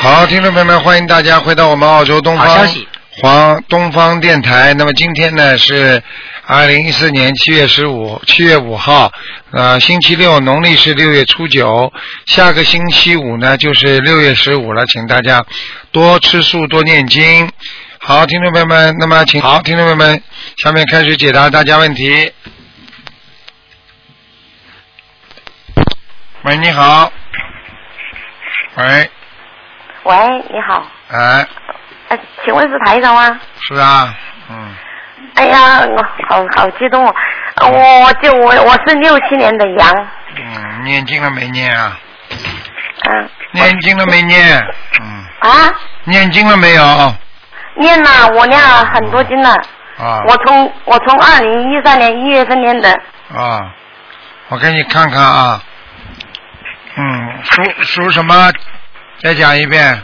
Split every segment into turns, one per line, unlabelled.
好，听众朋友们，欢迎大家回到我们澳洲东
好消
方
息
黄东方电台。那么今天呢是二零一四年七月十五，七月五号，呃，星期六，农历是六月初九。下个星期五呢就是六月十五了，请大家多吃素，多念经。好，听众朋友们，那么请好，听众朋友们，下面开始解答大家问题。喂，你好。喂，
喂，你好，
哎。
呃，请问是台长吗？
是啊，嗯，
哎呀，我好好激动哦！呃我我就我我是六七年的羊，
嗯，念经了没念啊？
嗯
念经了没念？嗯，
啊，
念经了没有？
念了我念了很多经了，
啊，
我从我从二零一三年一月份念的，
啊，我给你看看啊，嗯，属属什么？再讲一遍，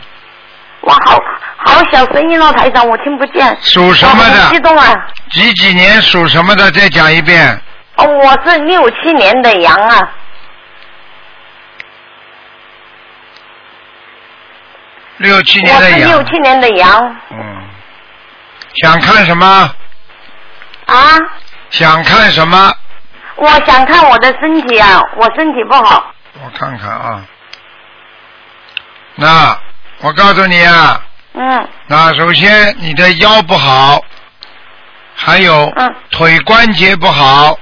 哇，好好小声音哦，台长，我听不见。
属什么
我好激
的？
动啊！
几几年属什么的？再讲一遍，
哦，我是六七年的羊啊，
六七
我
年的
是六
羊，
七年的羊
嗯，想看什么？
啊！
想看什么？
我想看我的身体啊，我身体不好，
我看看啊，那我告诉你啊，
嗯
那首先你的腰不好，还有
嗯，
腿关节不好，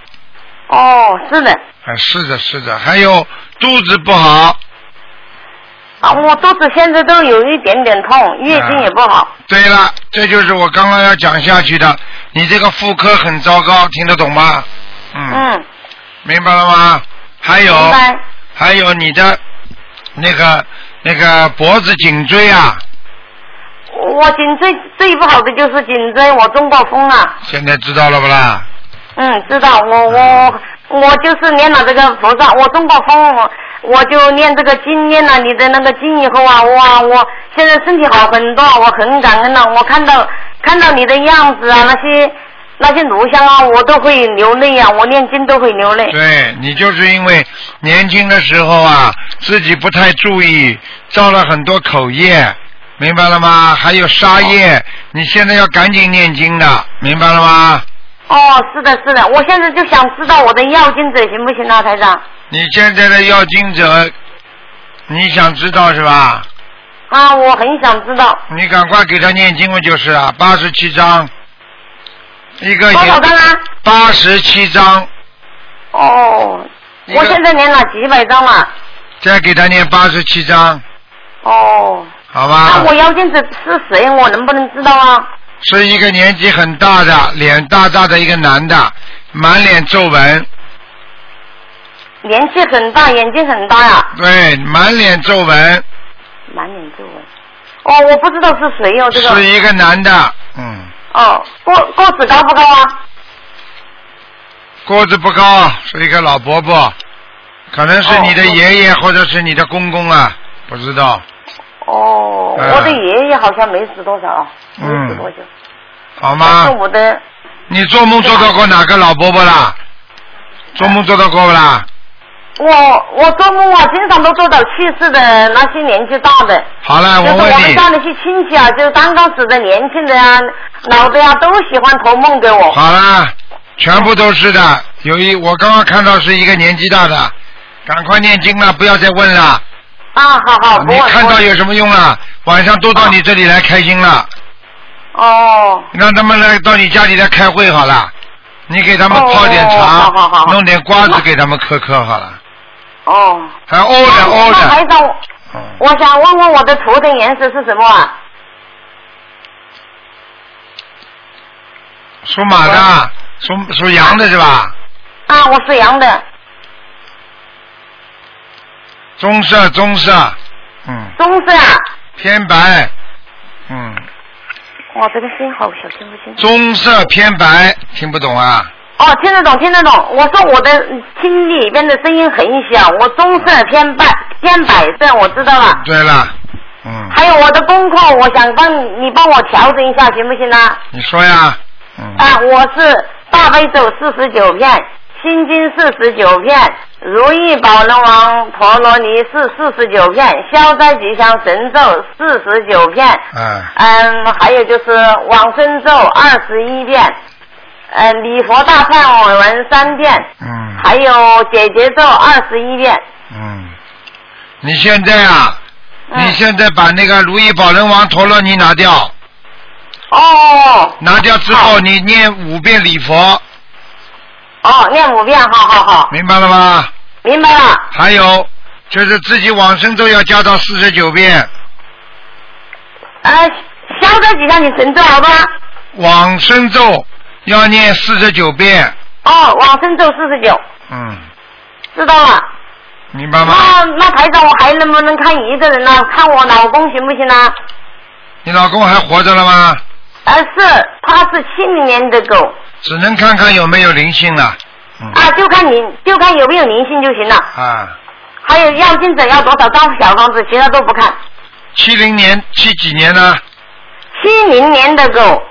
哦，是的。
啊，是的，是的，还有肚子不好，
啊，我肚子现在都有一点点痛，月
啊
经也不好。
对了，这就是我刚刚要讲下去的。你这个妇科很糟糕，听得懂吗？嗯，
嗯，
明白了吗？还有，
明白。
还有你的那个那个脖子颈椎啊，
我颈椎最不好的就是颈椎，我中过风了。
现在知道了不啦？
嗯，知道，我我我就是念了这个佛上，我中过风，我我就念这个经，念了你的那个经以后啊，哇，我现在身体好很多，我很感恩了、我看到看到你的样子啊，那些那些录像啊，我都会流泪啊，我念经都会流泪。
对你就是因为年轻的时候啊，自己不太注意，造了很多口业，明白了吗？还有杀业，你现在要赶紧念经的，明白了吗？
哦，是的，是的，我现在就想知道我的药精者行不行啊，台长？
你现在的要经者，你想知道是吧？
啊，我很想知道。
你赶快给他念经吧，就是啊，八十七章，一个
多少张啊？
八十七章，
哦，
一
我现
个
在念了几百张啊了。
再给他念八十七章，
哦，
好
那、
吧？
我妖精者是谁？我能不能知道啊？
是一个年纪很大的、脸大大的一个男的，满脸皱纹，
年纪很大，眼睛很大呀、
对，满脸皱纹，
满脸皱纹。哦，我不知道是谁哦，这个。
是一个男的，嗯，
哦，个个子高不高啊？
个子不高，是一个老伯伯，可能是你的爷爷或者是你的公公啊，不知道，
哦，
嗯
我的爷爷好像没死多少啊，没死
嗯
多久。
好
但
吗
是？我的
你做梦做到过哪个老伯伯啦？做梦做到过不啦？
我我做梦啊，经常都做到去世的那些年纪大的，
好了，
就
我
是我
问
们
你，
家那些亲戚啊，就是刚刚死的年轻的呀、老的呀、都喜欢托梦给我。
好了，全部都是的。有一，我刚刚看到是一个年纪大的，赶快念经了，不要再问了。
啊，好好，不
你
问
看
不
到
问。
有什么用啊？晚上都到你这里来开心了，
哦，
让他们来到你家里来开会好了。你给他们
哦
泡点茶，
好好好好
弄点瓜子给他们嗑嗑好了。
哦。
还哦的哦
那台
的，
长，
嗯
我想问问我的图腾颜色是什么啊？
属马的，属属羊的是吧？
啊，我是羊的，
棕色棕色，嗯，
棕色啊。
偏白，嗯，
哇，这个声音好小，听不清。
棕色偏白，听不懂啊？
哦，听得懂，听得懂。我说我的听里边的声音很小，我棕色偏白偏白色，我知道了。
对了，嗯，
还有我的功课，我想帮你帮我调整一下，行不行呢、啊？
你说呀，嗯，
我是大悲咒四十九片，心经四十九片，如意宝龙王陀罗尼是四十九片，消灾吉祥神咒四十九片，
啊，
嗯，还有就是往生咒二十一遍，嗯，礼佛大忏悔文三遍，
嗯
还有解结咒二十一遍。
嗯，你现在啊，你
嗯
现在把那个如意宝轮王陀罗尼拿掉，
哦
拿掉之后你念五遍礼佛，
哦，念五遍，好好好，
明白了吗？
明白了。
还有就是自己往生咒要加到四十九遍，
呃，消灾吉祥你神咒好吧？
往生咒要念四十九遍，
哦，往生咒四十九，
嗯，
知道了。
明白吗？
那那台长，我还能不能看一个人呢？看我老公行不行呢？
你老公还活着了吗？
呃，是，他是七零年的狗
只能看看有没有灵性了。嗯
啊，就看你就看有没有灵性就行了。
啊，
还有要金者要多少张小房子，其他都不看。
七零年七几年呢？
七零年的狗，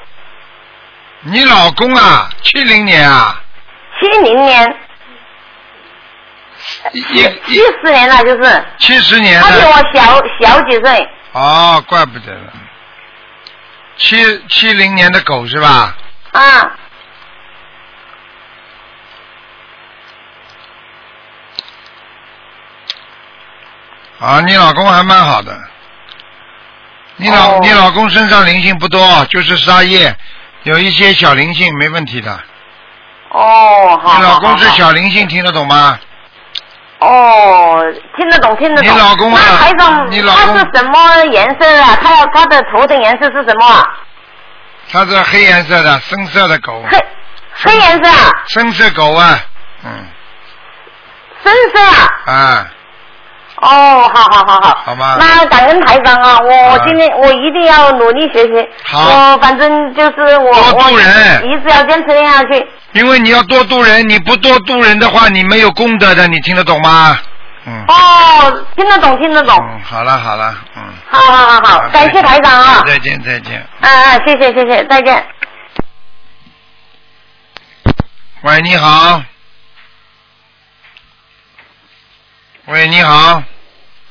你老公啊，七零年啊，
七零年
一一
七十年了就是，
七十年
他比
的，
我小小几岁。
哦，怪不得了。七七零年的狗是吧？
啊，
啊，你老公还蛮好的。你老、
哦
你老公身上灵性不多，就是沙叶，有一些小灵性，没问题的。
哦，好。
你老公是
好好
小灵性，听得懂吗？
哦，听得懂，听得懂。
你老公啊
那台长，
你老公
他是什么颜色啊？他要他的头的颜色是什么啊？
它是黑颜色的，深色的狗，
黑黑颜色啊，
深色狗啊，嗯
深色啊。
啊，
哦，好好好好。
好吗
那感恩台长啊，我
啊
我今天我一定要努力学习。
好
我反正就是我
多
我
度人
一直要坚持练下去。
因为你要多度人，你不多度人的话，你没有功德的，你听得懂吗？嗯，
哦，听得懂，听得懂。
嗯，好了好了，嗯，
好好好好，感谢台长啊。
再见再见。
嗯嗯，谢谢谢谢，再见。
喂，你好。喂，你好，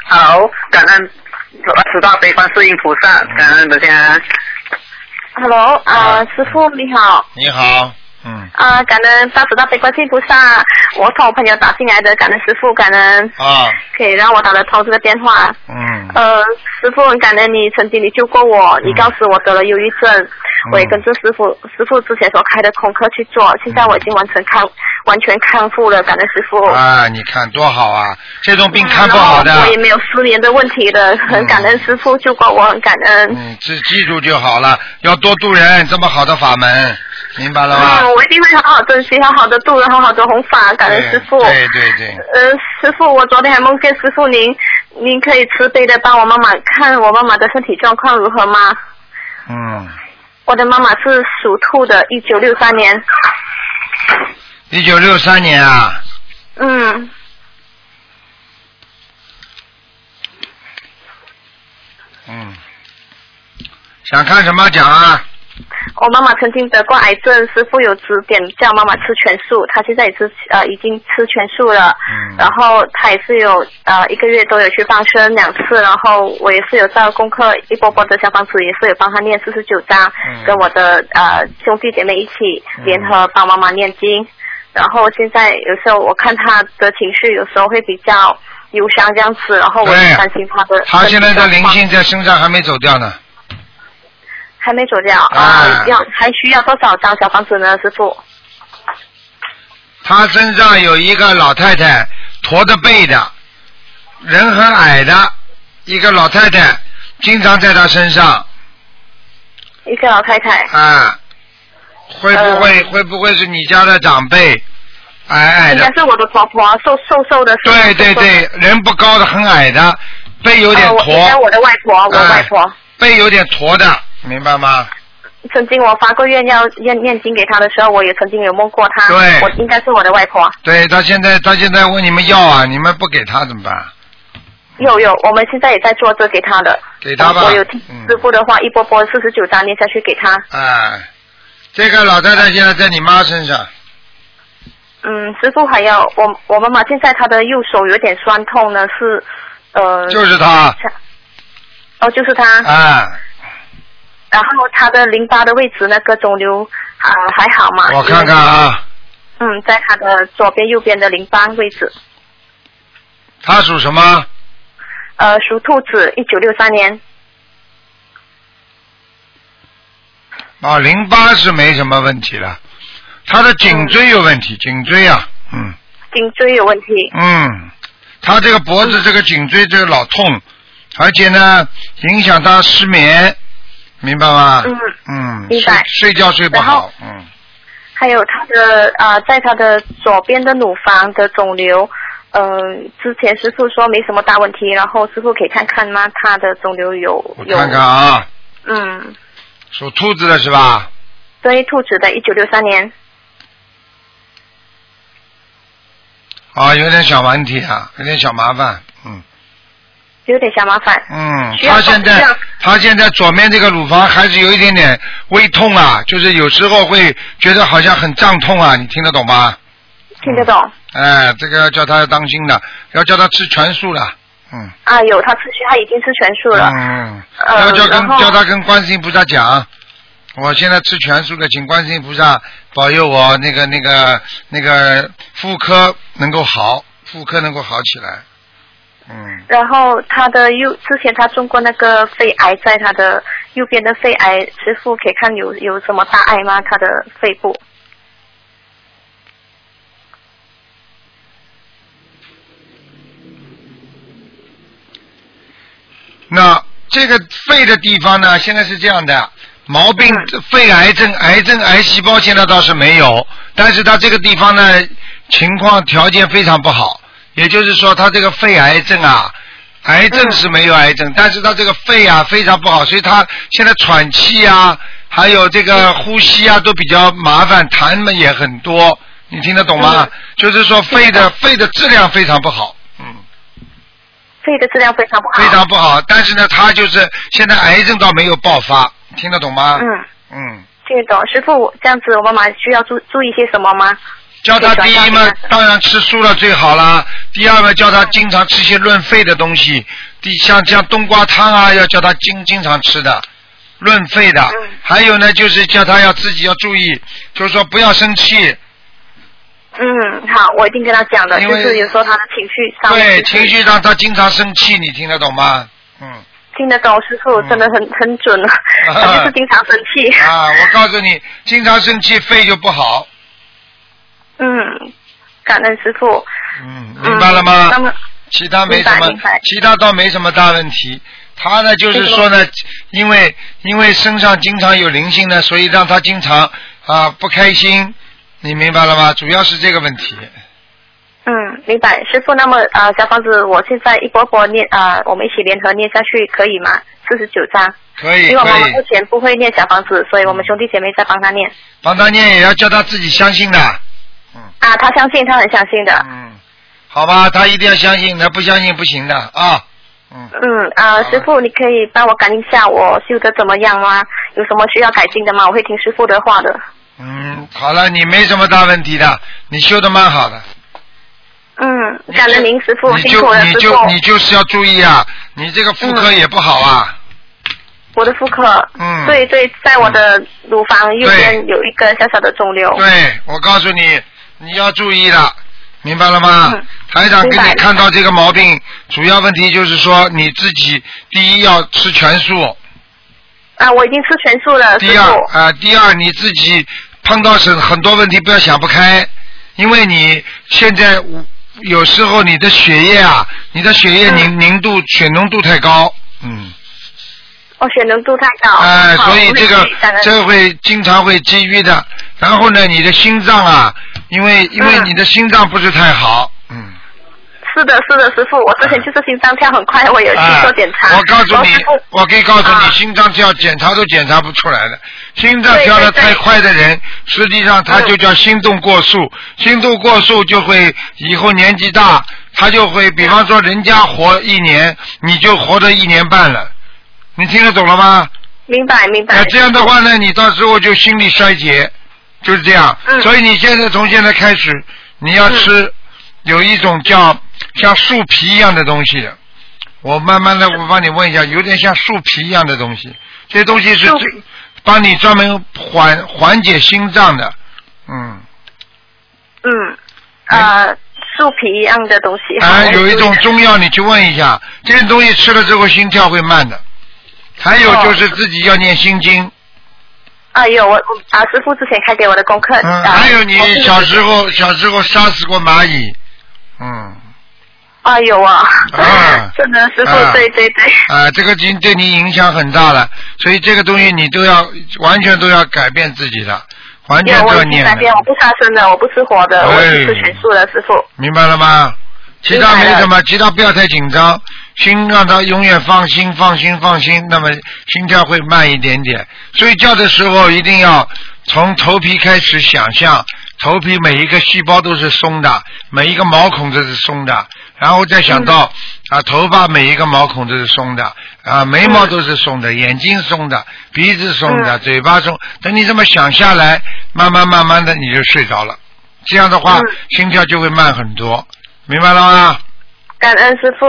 好，感恩十大悲观世音菩萨，感恩大家。
Hello，啊、
嗯
师傅你好，
你好，嗯，
啊、感恩大慈大悲观世音菩萨，我从我朋友打进来的，感恩师傅，感恩
啊，
可以让我打得通这个电话。
嗯，
呃，师傅，很感恩你曾经你救过我，你告诉我得了忧郁症，
嗯
我也跟着师傅，师傅之前所开的功课去做，现在我已经完成康，完全康复了，感恩师傅。
啊，你看多好啊，这种病看不
然后
好的，
嗯我也没有失眠的问题的，很感恩师傅救过我，很感恩。
嗯，只记住就好了，要多度人，这么好的法门，明白了吗？
嗯，我一定会好好珍惜，好好的度人，好好的弘法，感恩师傅。
对对对，
呃，师傅，我昨天还梦见师傅您，您可以慈悲的帮我妈妈看我妈妈的身体状况如何吗？
嗯，
我的妈妈是属兔的，一九六三年。
一九六三年啊，
嗯，
嗯，想看什么讲啊？
我妈妈曾经得过癌症，师傅有指点叫妈妈吃全素，她现在也是呃已经吃全素了。
嗯
然后她也是有呃一个月都有去放生两次，然后我也是有照功课，一波波的小房子也是有帮她念四十九章，
嗯
跟我的呃兄弟姐妹一起
嗯
联合帮妈妈念经。然后现在有时候我看她的情绪有时候会比较忧伤这样子，然后我
对
也担心她的
他现在的
身体状
灵
况
性在身上还没走掉呢，
还没走掉
啊
啊，要还需要多少张小房子呢，师傅？
他身上有一个老太太驼着背的，人很矮的，一个老太太经常在他身上
一个老太太，
啊，会不会、会不会是你家的长辈？矮矮
嗯应
的
该，是我的婆婆，瘦瘦瘦的。
哎对对
瘦瘦的
对，，人不高的，很矮的，背有点
呃我应该
驼，
我的外婆，我
哎
外婆
背有点驼的，明白吗？
曾经我发过愿要念念经给她的时候，我也曾经有梦过她。
对
我应该是我的外婆。
对他现在他现在问你们要啊，你们不给他怎么办？
有有，我们现在也在做这给她的。
给她吧
哦我有听
嗯
师傅的话，一波波四十九张念下去给她。
哎，这个老太太现在在你妈身上，
嗯，师傅还要我我妈妈现在她的右手有点酸痛呢，是呃，
就是他，
哦，就是她，
啊，
然后她的淋巴的位置那个肿瘤啊、还好吗？
我看看啊，
嗯，在她的左边右边的淋巴位置，
他属什么？
呃，属兔子，一九六三年，
啊，淋巴是没什么问题了，他的颈椎有问题，颈椎啊，嗯
颈椎有问题，
嗯，他这个脖子这个颈椎这个老痛，而且呢影响他失眠，明白吗？
嗯
嗯，
明白
睡睡觉睡不
然后
好，嗯
还有她的啊、在她的左边的乳房的肿瘤。呃，之前师傅说没什么大问题，然后师傅可以看看吗？她的肿瘤有
我
有
看看啊，
嗯，
属兔子的是吧？
对，兔子的，一九六三年。
啊，有点小问题啊，有点小麻烦，嗯
有点小麻烦。
嗯，
需要
他现
需
在
要
他现在左面这个乳房还是有一点点微痛啊，就是有时候会觉得好像很胀痛啊，你听得懂吗？
听得懂、
哎，这个要叫他要当心的，要叫他吃全素的，嗯，
啊？有，他吃去，他已经吃全素了。
嗯，
呃
要叫跟
然后
叫他跟观世音菩萨讲，我现在吃全素的，请观世音菩萨保佑我那个那个那个妇科能够好，妇科能够好起来，嗯。
然后他的右之前他中过那个肺癌，在他的右边的肺癌，师傅可以看有有什么大碍吗？他的肺部
那这个肺的地方呢，现在是这样的，毛病、肺癌症、癌症、癌细胞现在倒是没有，但是它这个地方呢，情况条件非常不好，也就是说，它这个肺癌症啊。癌症是没有癌症，
嗯
但是它这个肺啊非常不好，所以它现在喘气啊，还有这个
嗯
呼吸啊都比较麻烦，痰们也很多，你听得懂
嗯
吗？就是说肺的肺的质量非常不好，嗯。
肺的质量非常不好。
非常不好。但是呢，他就是现在癌症倒没有爆发，听得懂吗？
嗯，
嗯，
听得懂。师傅，这样子我妈妈需要注注意些什么吗？
叫他第一嘛
非常大，
当然吃素了最好啦。第二嘛，叫他经常吃些润肺的东西，第像像冬瓜汤啊，要叫他经经常吃的。润肺的
嗯，
还有呢，就是叫他要自己要注意，就是说不要生气，
嗯，好，我一定跟他讲的，
因
就
为
是有时候他的情绪上面
对，
就是
情绪让他经常生气，你听得懂吗？嗯。
听得懂，师傅
嗯
真的很、很准，啊 他就是经常生气。
啊，我告诉你，经常生气肺就不好，
嗯，感恩师傅。
嗯，明白了吗？
嗯那么
其他没什么
明白明白，
其他倒没什么大问题。他呢，就是说呢，因为因为身上经常有灵性呢，所以让他经常啊不开心，你明白了吗？主要是这个问题。
嗯，明白，师傅。那么呃，小房子，我现在一波波念啊、呃我们一起联合念下去可以吗？四十九章，
可以
因为我妈
可
妈
以
目，前不会念小房子，所以我们兄弟姐妹在帮她念
帮他念也要叫他自己相信的，
啊。她相信，她很相信的。
嗯，好吧，他一定要相信，他不相信不行的啊，嗯，
嗯啊、
好
师傅，你可以帮我感应一下我修的怎么样吗？有什么需要改进的吗？我会听师傅的话的。
嗯，好了，你没什么大问题的，你修的蛮好的，
嗯，
你
感
就
恩您师傅，
你
辛苦
就
了
你
师嗯
就你
傅。
就是要注意啊，你这个妇科也不好啊。
我的妇科，
嗯
对对，在我的乳房右边
对
有一个小小的肿瘤。
对，我告诉你，你要注意了，明白了吗？
嗯
台长给
明白
你
了
看到这个毛病，主要问题就是说你自己第一要吃全素，
啊，我已经吃全素了，师
第二
傅
啊、。第二你自己碰到是很多问题不要想不开，因为你现在有时候你的血液啊，你的血液
嗯
凝、凝度血浓度太高，嗯。
哦，血浓度太高。
哎、
好
所以这个这个会经常会积郁的。然后呢，你的心脏啊，因为因为
嗯
你的心脏不是太好，嗯。
是的，是的，师傅，我之前就是心脏跳很快，我有去
啊
做检查。
哎我告诉
然后
你
师傅，
我可以告诉你，
啊
心脏跳检查都检查不出来的。心脏跳的
对对对嗯
太快的人，实际上他就叫心动过速，心动过速就会以后年纪大，他就会，比方说人家活一年，你就活到一年半了。你听得懂了吗？
明白明白
那。这样的话呢，你到时候就心力衰竭，就是这样。
嗯
所以你现在从现在开始，你要吃、有一种叫像树皮一样的东西，我慢慢的我帮你问一下，有点像树皮一样的东西，这东西是
树
最帮你专门缓缓解心脏的，嗯，
嗯，呃，树皮一样的东西。
哎，有一种
好
中药，你去问一下，这些东西吃了之后心跳会慢的。还
哦
有就是自己要念心经，
啊，有我啊，师傅之前开给我的功课。
嗯，
啊、
还有你
我自己
小时候小时候杀死过蚂蚁，嗯，
哎
啊，有啊。
啊
真的，师傅，
啊
对对对。
啊，这个已经对你影响很大了，所以这个东西你都要完全都要改变自己的，完
有
全都
我
要
已经
念
改
的
变，我不杀生的，我不吃活的，
哎
我只吃全素的，师傅。
明白了吗？其他没
明白了
什么，其他不要太紧张，心让它永远放心、放心、放心，那么心跳会慢一点点。睡觉的时候一定要从头皮开始想象，头皮每一个细胞都是松的，每一个毛孔都是松的，然后再想到、啊，头发每一个毛孔都是松的，啊，眉毛都是松的，眼睛松的，鼻子松的，嘴巴松。等你这么想下来，慢慢慢慢的你就睡着了。这样的话，
嗯
心跳就会慢很多，明白了吗？
感恩师傅，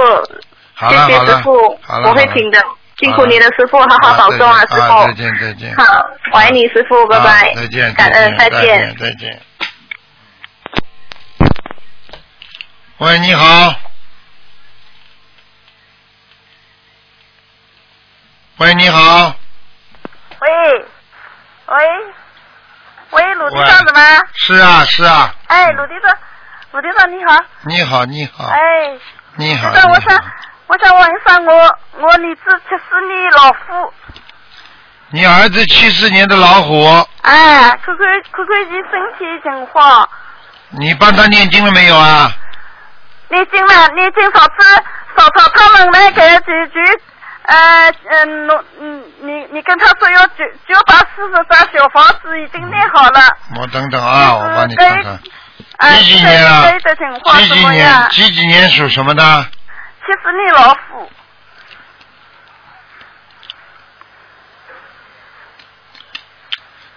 好
谢
了
谢
好
师
了
傅，，
好了，
我会
好了
听的。辛苦你的师傅，好好保重
啊
啊，师
再见啊再
傅。
见再见。
好，我爱你，师傅，拜拜
啊。再见，
感恩，
再
再
见，再见。喂，你好。喂，你好。
喂，喂，喂，鲁队
喂
长怎么？
是啊，是啊。
哎，鲁队长，鲁队长你好。
你好，你好，
哎，
你好。
队长，我
你好
想，我想问一下，我我儿子七四年老虎，
你儿子七四年的老虎，
哎，看看看看伊身体情况。
你帮他念经了没有啊？
你今了，你今上次嫂嫂他们那个就就，呃嗯，侬嗯你你跟他说要九九百四十张小房子已经念好了，
我等等啊，我帮你
呃
嗯对
看看。
哎，
几几年啊
这一的情况
几
怎
几
么
年
样？？
几几年属什么的？
七十年老虎。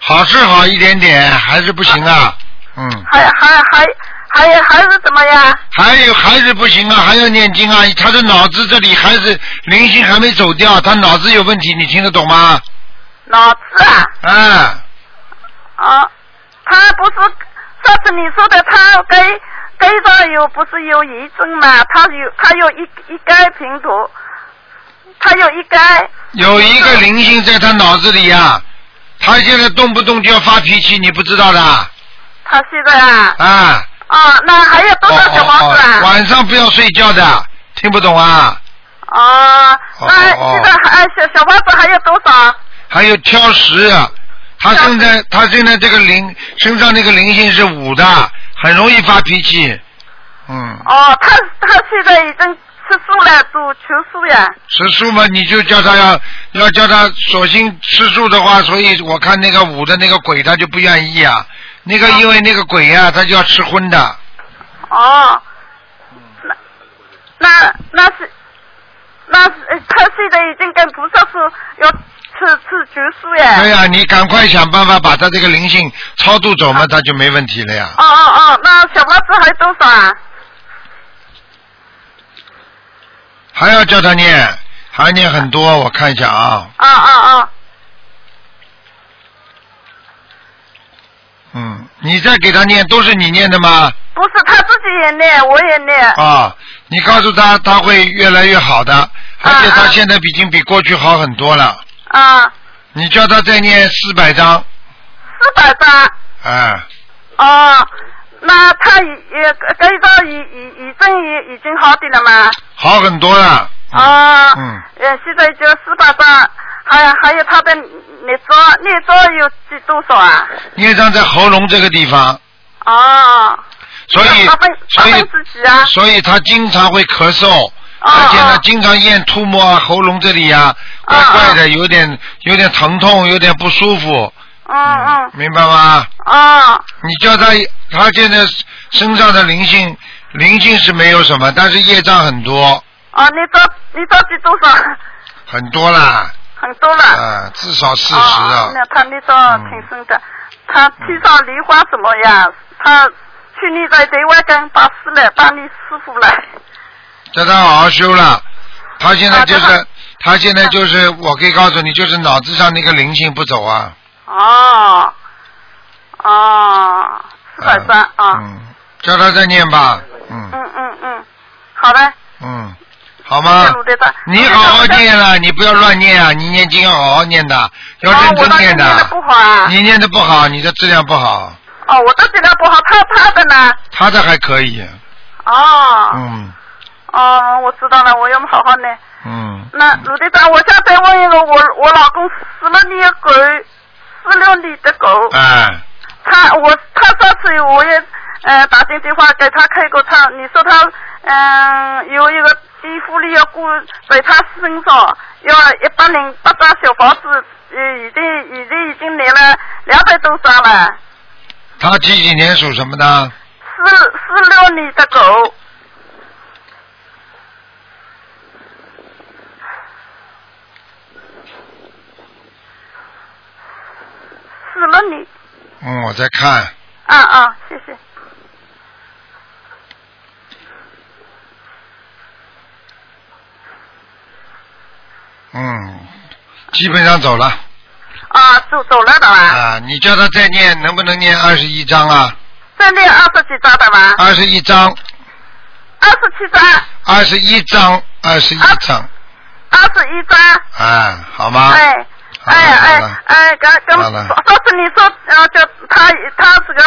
好是好一点点，还是不行啊。嗯，
还还还还还是怎么样？
还有还是不行啊，还要念经啊。他的脑子这里还是灵性还没走掉，他脑子有问题，你听得懂吗？
脑子啊
啊，
啊！他不是上次你说的，他跟跟上有不是有遗症嘛？他有他有一一该平图，他有一该
有一个灵性在他脑子里呀、啊，他现在动不动就要发脾气，你不知道的啊。
他现在啊
啊
啊，那还有多
哦
少小房
哦
子
哦，
啊？
晚上不要睡觉的，听不懂啊？
啊，那
哦哦
现在还哎小小房子还有多少？
还有挑食，他
挑食
现在他现在这个灵身上那个灵性是五的，很容易发脾气。嗯，
哦，他他现在已经吃素了，做全素呀。
吃素嘛，你就叫他要要叫他，索性吃素的话，所以我看那个五的那个鬼他就不愿意啊。那个因为那个鬼呀、他就要吃荤的，
哦，那那那是那是呃他现在已经跟菩萨说要吃吃绝素
对
耶。
哎呀、你赶快想办法把他这个灵性超度走嘛，他就没问题了呀。
哦哦哦，那小房子还有多少啊？
还要叫他念，还要念很多，我看一下啊。
哦哦哦，
嗯，你再给他念，都是你念的吗？
不是他自己也念，我也念。
啊，你告诉他，他会越来越好的，而且他
啊
现在已经比过去好很多了。
啊，
你叫他再念四百章，
四百张。
哎，
哦，那他已也跟到已已已经已已经好点了吗？
好很多了。嗯
啊，
嗯，
呃，现在就四百张，还有还有他的那张，那张有几多少啊？
孽障在喉咙这个地方，
哦，
所以
他分他
所以
分自己啊，
所以他经常会咳嗽，而且呢，
哦
经常咽吐沫啊，喉咙这里呀、
啊
怪怪的，有点有点疼痛，有点不舒服，
嗯嗯，
明白吗？
哦
你叫他，他现在身上的灵性，灵性是没有什么，但是业障很多，
哦，你到你到底多少？
很多啦，
很多了。
啊、至少四十
哦
啊，
那他那倒挺深的，他披上梨花怎么样？他去年在对外港打死了，当你师傅了。
叫他好好修了。他现在就是，
啊这个
他现在就是，我可以告诉你，就是脑子上那个灵性不走啊。
哦，哦，四百三啊，
嗯，叫他再念吧。嗯
嗯嗯嗯，好的，
嗯，好
谢
吗
谢？鲁队长。
你好好念了，你不要乱念啊！你念经要好好念的，要
哦
认
我
真
到现
念
在念的不好啊。
你念的不好，你的质量不好，
哦，我都觉得不好，他他的呢。
他的还可以。
啊哦。
嗯
哦，我知道了，我要好好念。
嗯，
那鲁队长，我想再问一个，我我老公死了年的狗，四六年的狗，
哎，
他我他上次我也呃打进电话给他开过唱，你说他嗯、有一个肌肤里要过在他身上要一百零八张小房子，呃已经已经已经来了两百多张了，
他几几年属什么的？
四四六年的狗，四六年。
嗯，我在看，
啊啊，谢谢。
嗯，基本上走了
啊，走走了的吧？
啊。你叫他再念，能不能念二十一章啊？
再练二十几张的吧？
二十一章，
二十七张，
二十一章，二十一
啊
章，
二十一张。
啊，好吗？
哎
好
哎
了好
哎
了，
哎，刚刚
好了
上次你说，呃，就他他这个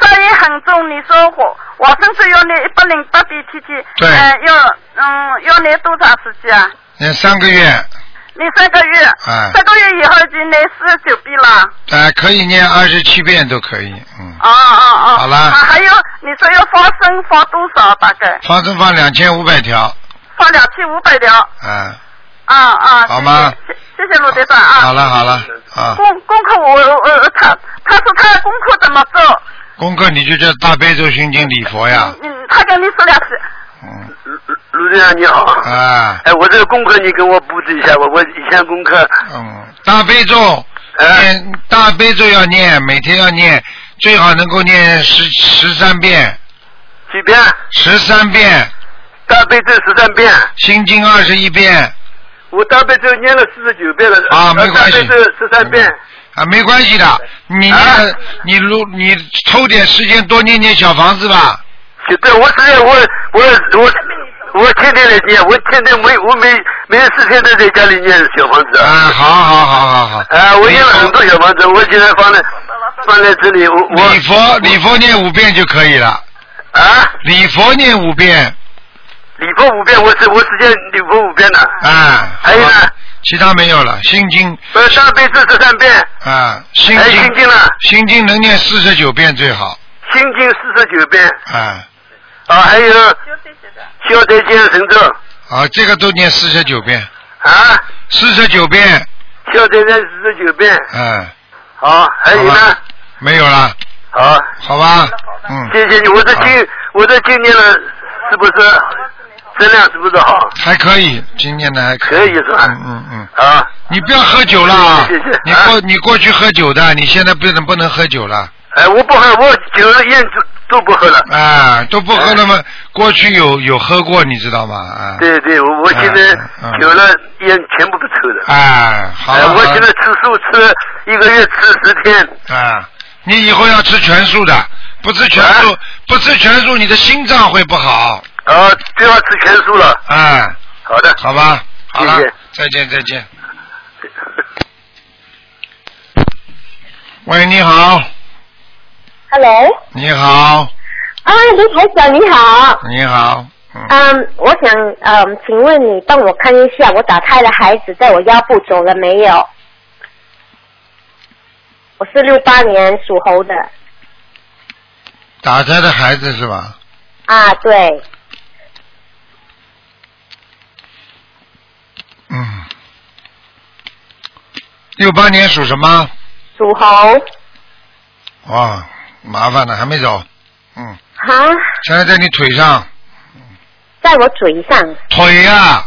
声音很重，你说我我甚至要练一百零八遍天天，
对
呃，要嗯要练多长时间啊？
那三个月，
练三个月，
哎
三个月以后就练四十九遍了。
哎，可以念二十七遍都可以，嗯，
哦哦哦。
好了
啊，还有你说要放生放多少？大概
放生放两千五百条，
放两千五百条。
啊，
啊啊，
好吗
谢谢谢谢鲁队长
好
啊。
了好了，啊，
功功课我我我他他说他功课怎么做？
功课你就叫大悲咒心经礼佛呀，
嗯，他跟你说两次。
嗯，
卢卢队长你好。
啊，
哎，我这个功课你给我布置一下吧，我以前功课，
嗯，大悲咒，
哎，
念大悲咒要念，每天要念，最好能够念十十三遍，
几遍？
十三遍，
大悲咒十三遍，
心经二十一遍，我
大悲咒念了四十九遍了。呃
啊，没关
大
系，
悲咒十三遍。哎啊
啊，没关系的，你那个、你如你抽点时间多念念小房子吧，
就对，我只有我我我我天天来念，我天天每我每每四天都在家里念小房子。
啊，好好好好嗯好，
啊，我念了很多小房子，我现在放在放在这里，我我
礼佛礼佛念五遍就可以了，
啊，
礼佛念五遍，
礼佛五遍，我是我直接礼佛五遍的。
啊，
还有呢，
其他没有了，心经
呃，大悲咒十三遍，
啊，心
还有
经
心经呢，
心经能念四十九遍最好，
心经四十九遍，
啊，
啊，还有消灾吉祥神咒
啊，这个都念四十九遍，
啊，
四十九遍，
消灾念四十九遍，
嗯，
好，还有
好
呢
吧，没有了，
好，
好吧，嗯，
谢谢你，我这经我这经念了，是不是质量是不是好？
还可以，今年的还
可以
以，
是吧？
嗯嗯嗯。
啊，
你不要喝酒了啊
是是是！
你
啊
过你过去喝酒的，你现在不能不能喝酒了
哎，我不喝，我酒烟都都不喝了。哎
啊！都不喝了嘛，过去有有喝过，你知道吗？啊，
对对，我我现在
嗯嗯嗯
酒了烟全部不抽的。
啊，好
哎，
了，
我
好
现
了
在吃素吃了一个月吃十天，
啊，你以后要吃全素的，不吃全素
啊，
不吃全素，你的心脏会不好
啊，最好吃全素了。
啊，
好的，
好吧？好了
谢谢，
再见再见。喂，你好，
Hello，
你好，
啊，卢台长你好。
你好，嗯，
嗯，我想嗯，请问你帮我看一下，我打胎的孩子在我腰部走了没有？我是六八年属猴的
打胎的孩子是吧？
啊，对，
嗯，六八年属什么？
属猴啊
哇，麻烦了，还没走。嗯，
啊，
现在在你腿上，
在我嘴上，
腿呀、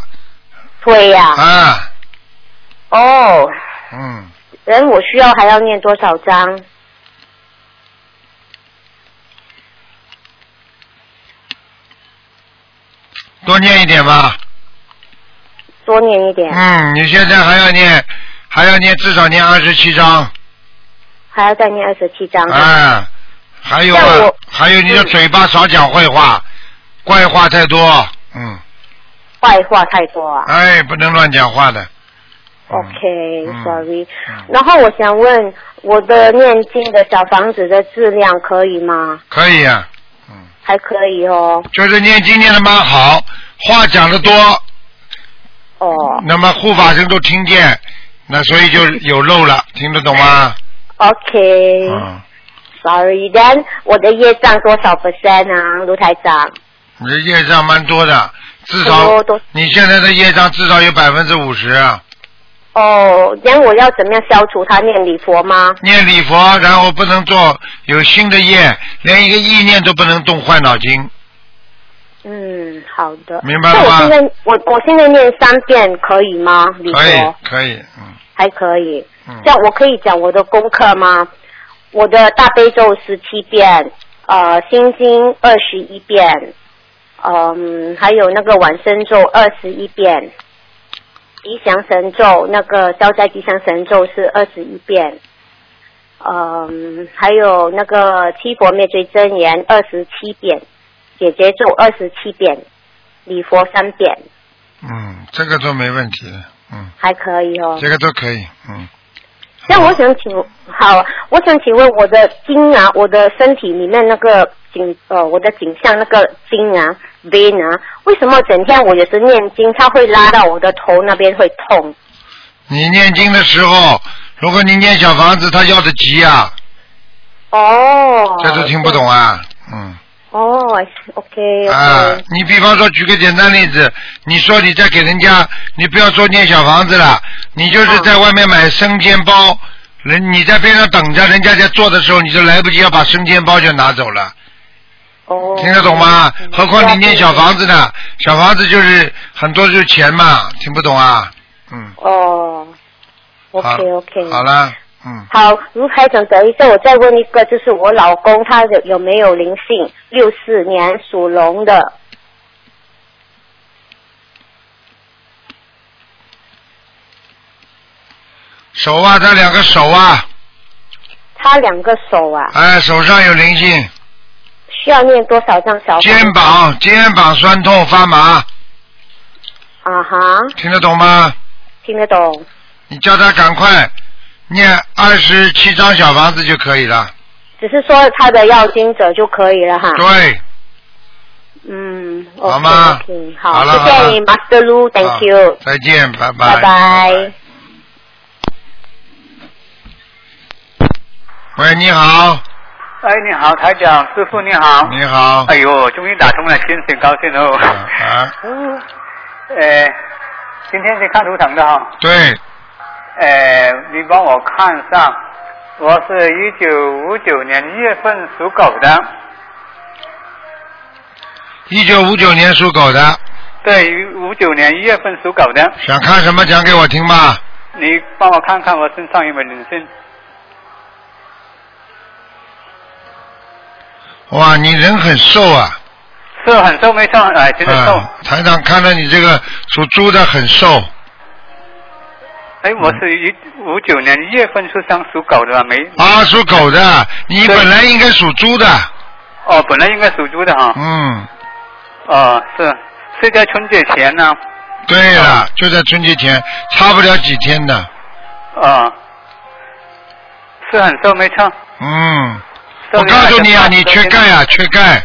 对呀、
啊，
哦，
嗯，
人我需要还要念多少章？
多念一点吧。
多念一点，
嗯，你现在还要念，还要念，至少念二十七章。
还要再念二十七章。
哎，还有啊
像嗯我，
还有你的嘴巴少讲坏话，怪话太多，嗯，
坏话太多啊。
哎，不能乱讲话的。嗯
OK，sorry、
嗯
然后我想问，我的念经的小房子的质量可以吗？
可以啊，嗯，
还可以哦。
就是念经念的蛮好，话讲的多，
哦，
那么护法神都听见，那所以就有漏了，听得懂吗？
OK，sorry、
嗯，
then 我的业障多少 percent 啊，卢台长？
你的业障蛮多的，至
很
少
多都
你现在的业障至少有百分之五十啊。
哦，然后我要怎么样消除他念礼佛吗？
念礼佛，然后不能做有新的业，连一个意念都不能动坏脑筋。
嗯，好的。
明白了
那
吗
我现在我我现在念三遍可以吗？礼
可以
佛，
可以，嗯
还可以。这
嗯，
样我可以讲我的功课吗？我的大悲咒十七遍，呃，心经二十一遍，嗯，还有那个往生咒二十一遍，吉祥神咒那个消灾吉祥神咒是二十一遍，嗯，还有那个七佛灭罪真言二十七遍，解结咒二十七遍，礼佛三遍，
嗯，这个都没问题的，嗯，
还可以哦。
这个都可以，嗯，
那我想请好，我想请问我的筋啊，我的身体里面那个颈呃，我的颈项那个筋啊，vein 啊，为什么整天我也是念经，它会拉到我的头那边会痛？
你念经的时候，如果你念小房子，他要的急啊，
哦，
这都听不懂啊，嗯
哦，I see，，OK，OK，、
啊，你比方说举个简单例子，你说你在给人家，你不要说念小房子了，你就是在外面买生煎包，人你在边上等着，人家在做的时候，你就来不及要把生煎包就拿走了。
哦，
听得懂吗？何况你念小房子呢，小房子就是很多就是钱嘛，听不懂啊？嗯
哦，OK
好
OK，
好了，嗯，
好，卢台长，等一下，我再问一个，就是我老公他有有没有灵性？六四年属龙的，
手啊，他两个手啊，
他两个手啊，
哎，手上有灵性，
需要念多少张小房子
肩膀肩膀酸痛发麻，
啊哈，
听得懂吗？
听得懂。
你叫他赶快念二十七张小房子就可以了。
只是说他的要经者就可以了哈。
对，
嗯，
好吗
o k
好了
谢
好了
谢你，Master Lu，Thank 哦 you，
好再见，拜
拜拜。
喂，你好，
哎，你好，台长，师傅你好。
你好，
哎呦，终于打通了，真是高兴哦。
啊啊，
呃，今天是看图腾的哈。
对，
呃，你帮我看一下，我是一九五九年一月份属狗的，
一九五九年属狗的，
对，五九年一月份属狗的。
想看什么讲给我听吧。
你帮我看看我身上有没有灵性？
哇，你人很瘦啊！
是很瘦没瘦？哎，真的
嗯，
瘦。
台长看到你这个属猪的很瘦，
哎，我是一五九年一月份出生属狗的吧？没。
嗯
啊，属狗的，你
对
本来应该属猪的，
哦，本来应该属猪的哈。
嗯，
哦，是是在春节前呢。
对
嗯
了，就在春节前，差不了几天的，
啊，是很瘦没错。
嗯，
瘦
我
没
告
错
诉你啊，你缺钙，啊，
瘦
缺钙
没错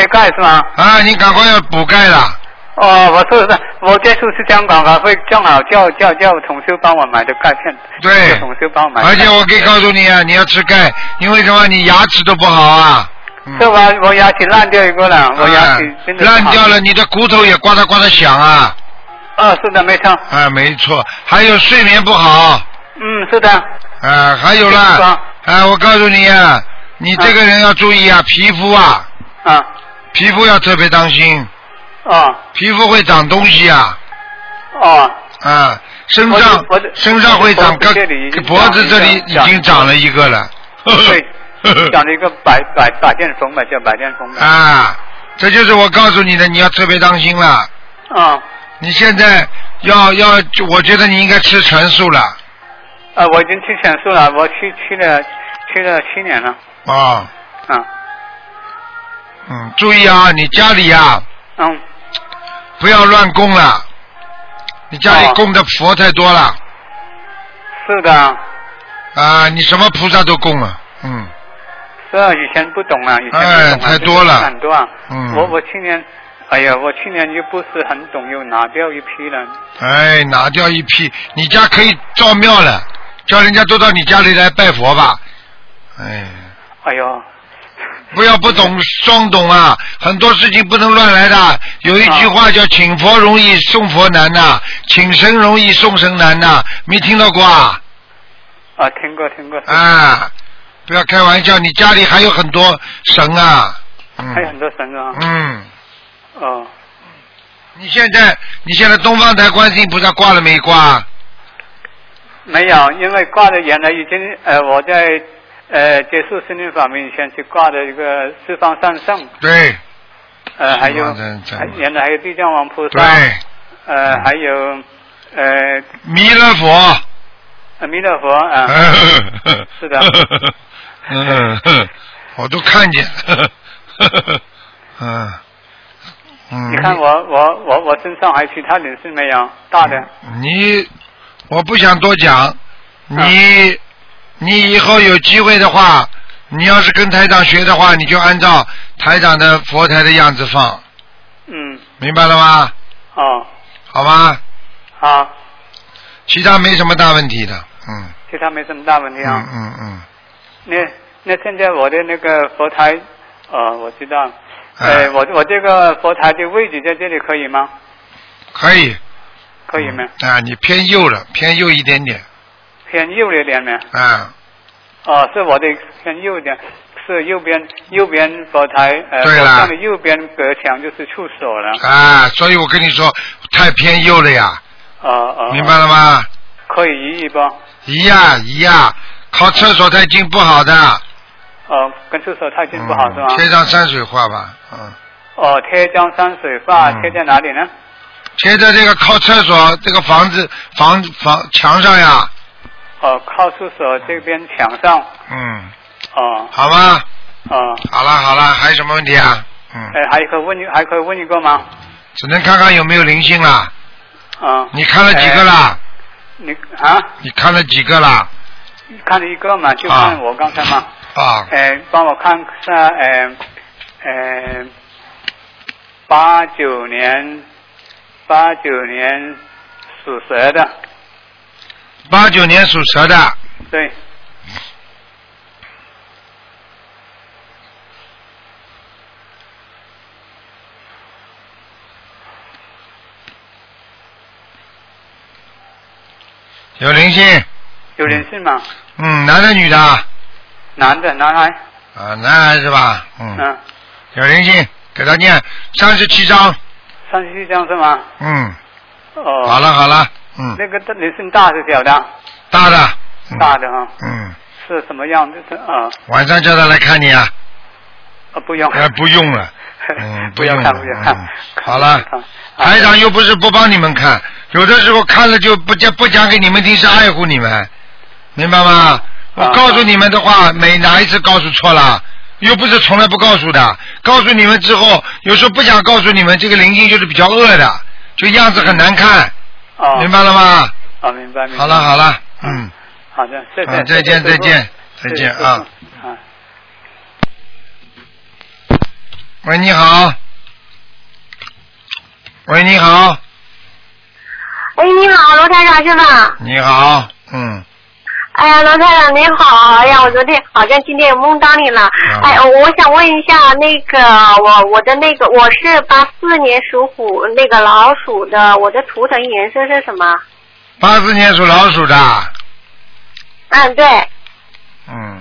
缺钙是吗？
啊，你赶快要补钙了，
哦，我是的，我这次是香港啊，会正好叫叫叫同事帮我买的钙片，
对
叫同事帮我买的钙
而
片。
且我可以告诉你啊，你要吃钙，因为什么？你牙齿都不好啊，嗯
是吧？我牙齿烂掉一个了，我牙齿真的不
啊
好
烂掉了，。你的骨头也呱嗒呱嗒响啊，
哦，是的，没错。
啊，没错，还有睡眠不好。
嗯，是的。
啊，还有
是
啦
吧，
啊，我告诉你啊，你这个人要注意啊，皮肤啊，
啊，
皮肤要特别当心，
哦
皮肤会长东西啊，
哦
啊，身上
我的我的
身上会长
脖
个
子这里已经
脖子这里已
长
经长了一个了，呵呵
对
呵呵
长了一个百百百电风吧，叫百电风吧。
啊，这就是我告诉你的，你要特别当心了。
啊、
你现在要要，我觉得你应该吃全素了
呃，我已经去全素了，我去去了去了七年了，
啊、
嗯
嗯，注意啊，你家里啊
嗯，
不要乱供了，你家里
哦
供的佛太多了
是的，
啊，你什么菩萨都供了，嗯
是啊，以前不懂啊，以前不懂啊，
哎太多了
很多啊，
嗯，
我我去年，哎呀，我去年又不是很懂，又拿掉一批了，
哎，拿掉一批，你家可以造庙了，叫人家都到你家里来拜佛吧。哎，
哎呦，
不要不懂装懂啊，很多事情不能乱来的。有一句
啊
话叫“请佛容易送佛难”呐，“请神容易送神难”呐，没听到过啊？
啊，听过听过，
啊，不要开玩笑，你家里还有很多神啊。
还有很
嗯
多神啊，
嗯，
哦，
你现在你现在东方台观世音菩萨挂了没挂？
没有，因为挂的原来已经呃我在呃结束森林法门以前去挂的一个四方三圣，
对
呃还有
四方三圣
还原来还有地藏王菩萨，
对，嗯
呃还有呃
弥勒佛。
阿弥陀佛 啊。是的。
嗯，我都看见 了。嗯嗯。
你看我我我我身上还有其他零是没有大的，
你，我不想多讲。你，你以后有机会的话，你要是跟台长学的话，你就按照台长的佛台的样子放，
嗯，
明白了吗？
哦，啊
好吗？
好，
其他没什么大问题的。嗯
其他没什么大问题啊。
嗯嗯嗯。
那那现在我的那个佛台，呃，我知道，
哎
呃，我我这个佛台的位置在这里可以吗？
可以。
可以吗？
啊，你偏右了，偏右一点点
偏右一点呢？
啊。
哦，是我的偏右一点，是右边右边佛台，呃，
对
佛
了
像的右边隔墙就是处所了。
啊，所以我跟你说，太偏右了呀，
哦哦，
明白了吗？
可以移一不？
一呀一呀，靠厕所太近不好的。
哦，跟处所太近不好、
嗯
是吧？
贴张山水画吧，嗯，
哦，贴一张山水画、
嗯
贴在哪里呢？
贴在这个靠厕所这个房子房房墙上呀，
哦，靠处所这边墙上。
嗯，
哦
好吗？
哦，
好了好了，还有什么问题啊？嗯，
哎，还可以问一，还可以问一个吗？
只能看看有没有灵性啦。
啊，
你看了几个啦？
你啊，
你看了几个啦？
看了一个嘛，就
啊
看我刚才嘛，
啊，
哎，帮我看一下，哎，哎，八九年，八九年属蛇的，
八九年属蛇的，
对，
有灵性，
有人性嘛，
嗯，男的女的啊？
男的，男孩，
啊，男孩是吧？
嗯，
有灵性，给他念三十七章。
三十七张是吗？
嗯，
哦，
好，了好了，嗯，
那个的人性大是小的，
大的，嗯
大，的哈，
嗯，
是什么样的？是啊，
晚上叫他来看你啊，
啊不 用，
哎，不用了，嗯，
不要
用了，
看，不要看
嗯，好了
看，
台长又不是不帮你们看，有的时候看了就不讲不讲给你们听，是爱护你们，明白吗？我
啊
告诉你们的话，每哪一次告诉错了？又不是从来不告诉的，告诉你们之后，有时候不想告诉你们，这个灵性就是比较恶的，就样子很难看，
哦，
明白了吗？
啊，明白，明白，
好了好了，嗯。
好的，谢谢，
啊，再见
谢谢
再见再见啊！！
师傅啊，
喂，你好。喂，你好，
喂，你好，罗台长是吧？
你好，嗯，
哎呀，罗台长您好，哎呀，我昨天好像今天有梦到你了。
啊
哎，我想问一下，那个我我的那个我是八四年属虎那个老鼠的，我的图腾颜色是什么？
八四年属老鼠的，
嗯，对，
嗯，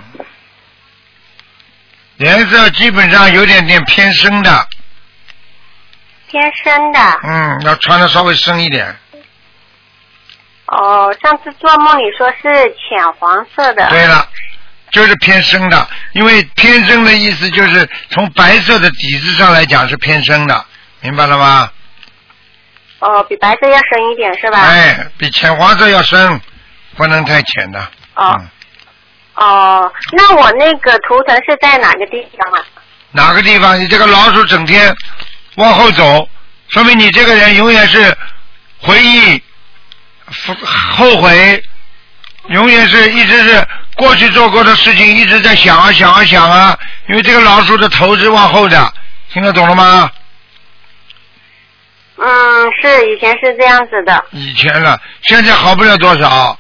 颜色基本上有点点偏深的，
天生的。
嗯，要穿的稍微深一点，
哦，上次做梦你说是浅黄色的。
对了，就是偏生的，因为偏生的意思就是从白色的底子上来讲是偏生的，明白了吗？
哦，比白色要深一点是吧？
哎，比浅黄色要深，不能太浅的。
哦
嗯
哦，那我那个图腾是在哪个地方啊？
哪个地方你这个老鼠整天往后走，说明你这个人永远是回忆、复后悔，永远是一直是过去做过的事情一直在想啊想啊想啊，因为这个老鼠的头是往后的，听得懂了吗？
嗯，是以前是这样子的。
以前了，现在好不了多少，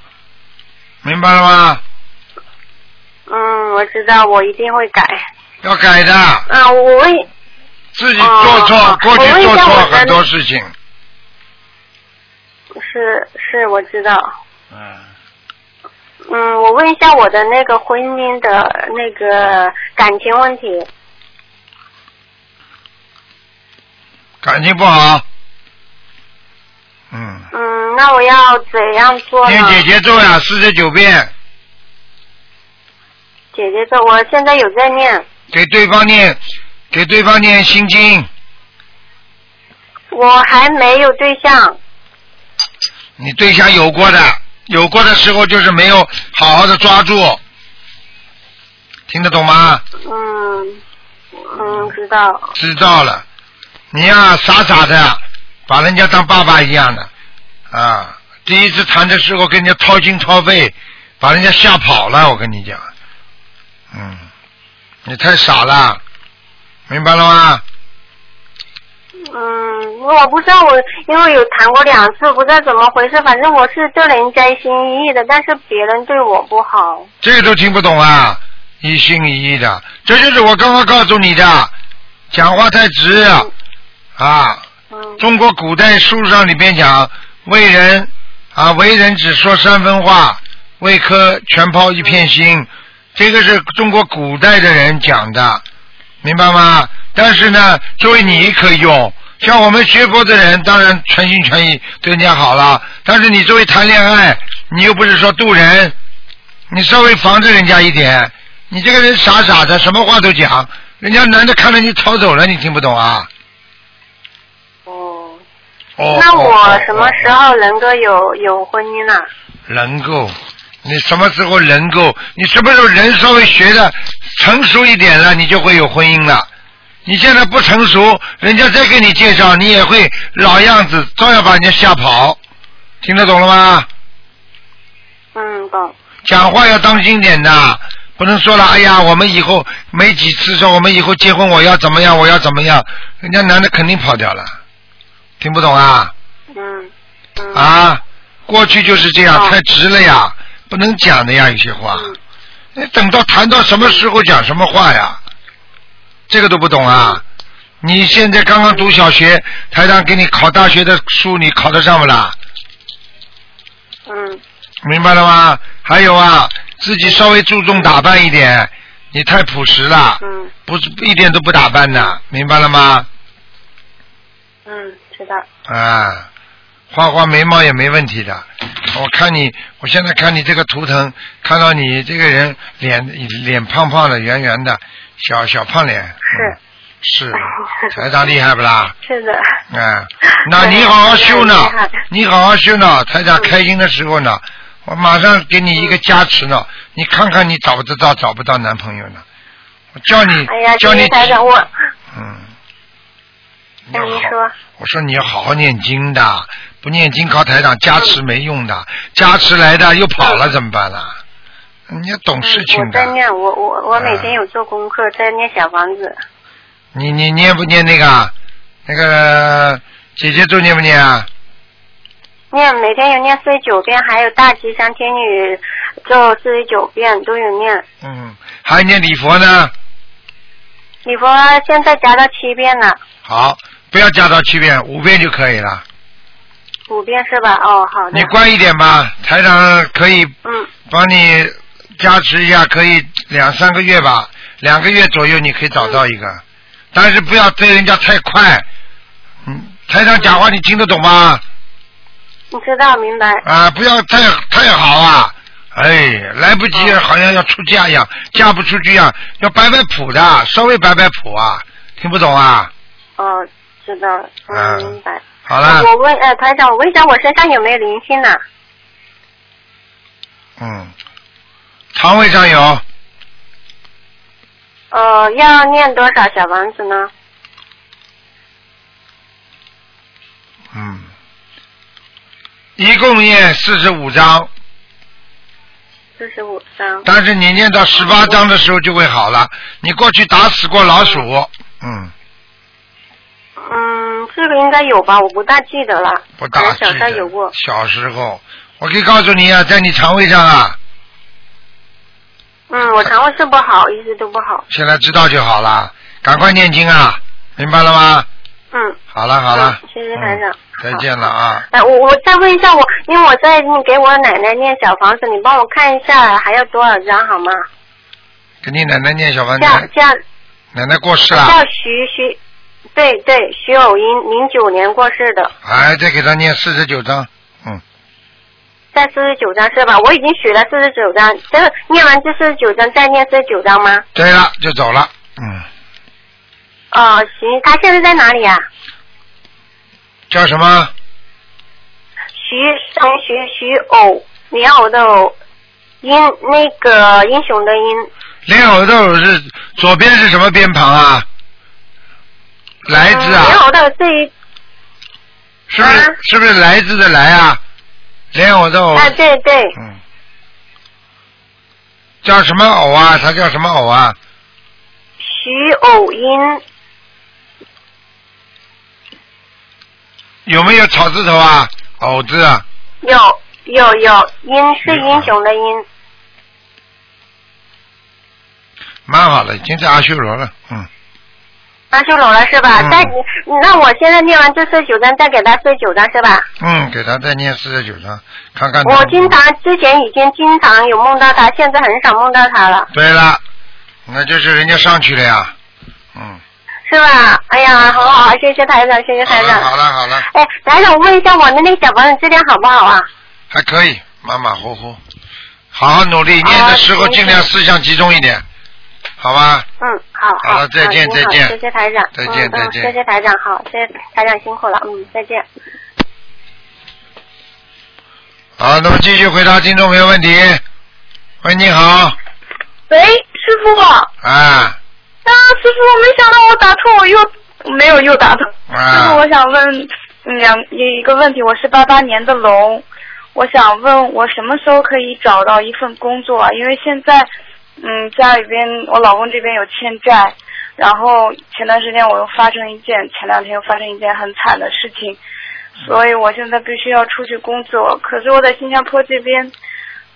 明白了吗？
嗯，我知道，我一定会改。
要改的，
嗯，我问，
自己做错，
哦
过去
我问一
做
下
错
我的
很多事情，
是是，我知道。
嗯，
嗯，我问一下我的那个婚姻的那个感情问题。
感情不好，嗯。
嗯，那我要怎样做呢
念？姐姐咒呀，四十九遍，
姐姐说，我现在有在念，
给对方念，给对方念心经。
我还没有对象。
你对象有过的，有过的时候就是没有好好的抓住，听得懂吗？
嗯嗯，知道。
知道了，你呀、傻傻的，把人家当爸爸一样的，啊，第一次谈的时候跟人家掏心掏肺，把人家吓跑了，我跟你讲，嗯，你太傻了，明白了吗？
嗯，我不知道我，因为有谈过两次，不知道怎么回事。反正我是对人家一心一意的，但是别人对我不好。
这个都听不懂啊，一心一意的，这就是我刚刚告诉你的，讲话太直啊。中国古代书上里边讲，为人啊，为人只说三分话，为科全抛一片心，这个是中国古代的人讲的，明白吗？但是呢，作为你可以用。像我们学佛的人，当然全心全意对人家好了。但是你作为谈恋爱，你又不是说渡人，你稍微防着人家一点。你这个人傻傻的，什么话都讲，人家男的看着你逃走了，你听不懂啊？哦。哦。
那
哦
我什么时候能够有有婚姻啊？
能够？你什么时候能够？你什么时候人稍微学的成熟一点了，你就会有婚姻了。你现在不成熟，人家再给你介绍，你也会老样子，照样把人家吓跑。听得懂了吗？
嗯，懂。
讲话要当心点的，不能说了，哎呀，我们以后没几次说我们以后结婚我要怎么样，我要怎么样，人家男的肯定跑掉了，听不懂啊？
嗯
啊，过去就是这样，
哦嗯
太直了呀，不能讲的呀，有些话。那等到谈到什么时候讲什么话呀？这个都不懂啊！
嗯
你现在刚刚读小学，台长给你考大学的书，你考得上不啦？
嗯
明白了吗？还有啊，自己稍微注重打扮一点，你太朴实了，
嗯
不是一点都不打扮的，明白了吗？
嗯，知道。
啊，画画眉毛也没问题的。我看你，我现在看你这个图腾，看到你这个人脸脸胖胖的、圆圆的，小小胖脸，
是
是
哦
台长厉害不啦？
是的。
啊，那你好好修呢
对台长厉害，
你好好修呢，台长开心的时候呢，我马上给你一个加持呢，你看看你找不得到找不到男朋友呢，我叫你
哎呀，
嗯叫你
谢谢台长，我
嗯，你
那
要
您
好
说，
我说你要好好念经的，不念经靠台长加持没用的，加持来的又跑了怎么办啦？你要懂
嗯
事情
我
的
在。念，我我我每天
嗯
有做功课，在念小房子。
你你念不念那个啊那个姐姐咒念不念啊？
念每天有念四十九遍，还有大吉祥天女咒四十九遍都有念。
嗯，还念礼佛呢。
礼佛现在加到七遍了，
好，不要加到七遍，五遍就可以了。
五遍是吧？哦，好的
你。乖一点吧，台长可以
嗯
帮你加持一下，可以两三个月吧，两个月左右你可以找到一个，但是不要对人家太快。嗯，台上讲话你听得懂吗？嗯
你知道明白。
啊，不要太太好啊，哎，来不
哦
及，好像要出嫁一样，嫁不出去啊，要摆摆谱的，稍微摆摆谱啊，听不懂啊？
哦，知道了，嗯，
嗯
明白。
好了，
我问，呃，台长，我问一下，我身上有没有灵性呢、
嗯，肠胃上有，
呃，要念多少小房子呢？
嗯，一共念四十五章，
四十五张。
但是你念到十八章的时候就会好了。你过去打死过老鼠，嗯，
嗯，这个应该有吧，我不大记得了。
不大
好
记
像小
得
时候有过。
小时候，我可以告诉你啊，在你肠胃上啊，
嗯，我肠胃是不好，一直都不好。
现在知道就好了，赶快念经啊，明白了吗？
嗯，
好了好了，
谢谢台长。
再见了啊，
哎，我我再问一下我，因为我在给我奶奶念小房子，你帮我看一下还要多少张好吗？
给你奶奶念小房子，
叫叫
奶奶过世了
叫，徐徐，对对，徐偶英，零九年过世的，
哎，再给她念四十九章，嗯，
在四十九张是吧？我已经许了四十九张，这个念完这四十九张再念四十九张吗？
对了，就走了，嗯，
哦，行，他现在在哪里啊？
叫什么？
徐上面徐徐偶，莲藕的藕，英那个英雄的英，
莲藕的藕是左边是什么边旁啊？来自
莲
啊，
藕的这一
是不是是不是来自的来啊？莲藕的藕
啊，对对，
嗯叫什么藕啊？它叫什么藕啊？
徐偶英，
有没有草字头啊？藕字啊？
有有有，英是英雄的英，
蛮好了，已经在阿修罗了，嗯，
阿修罗了是吧？
嗯
再那我现在念完这四十九章，再给他四十九章是吧？
嗯，给他再念四十九章，看看能。
我经常之前已经经常有梦到他，现在很少梦到他了，
对了，那就是人家上去了呀，嗯，
是吧？哎呀，好好，谢谢台长，谢谢
好
台
了好
长。
了好了，
哎，台长，我问一下我的那个小房子质量好不好啊？
还可以，马马虎虎，好好努力，念的时候尽量思想集中一点，好吧？
嗯，好
好了再见
好您好
再见
谢谢台长，
再见
嗯
再见
嗯，谢谢台长，好，谢谢台长辛苦了，嗯，再见。
好，那么继续回答听众朋友问题。喂，你好，
喂，师傅，啊，
啊
师傅，没想到我打通，我又没有又打通。师傅，
啊，
我想问嗯两一个问题，我是八八年的龙，我想问我什么时候可以找到一份工作啊？因为现在嗯家里边我老公这边有欠债，然后前段时间我又发生一件，前两天又发生一件很惨的事情，所以我现在必须要出去工作。可是我在新加坡这边，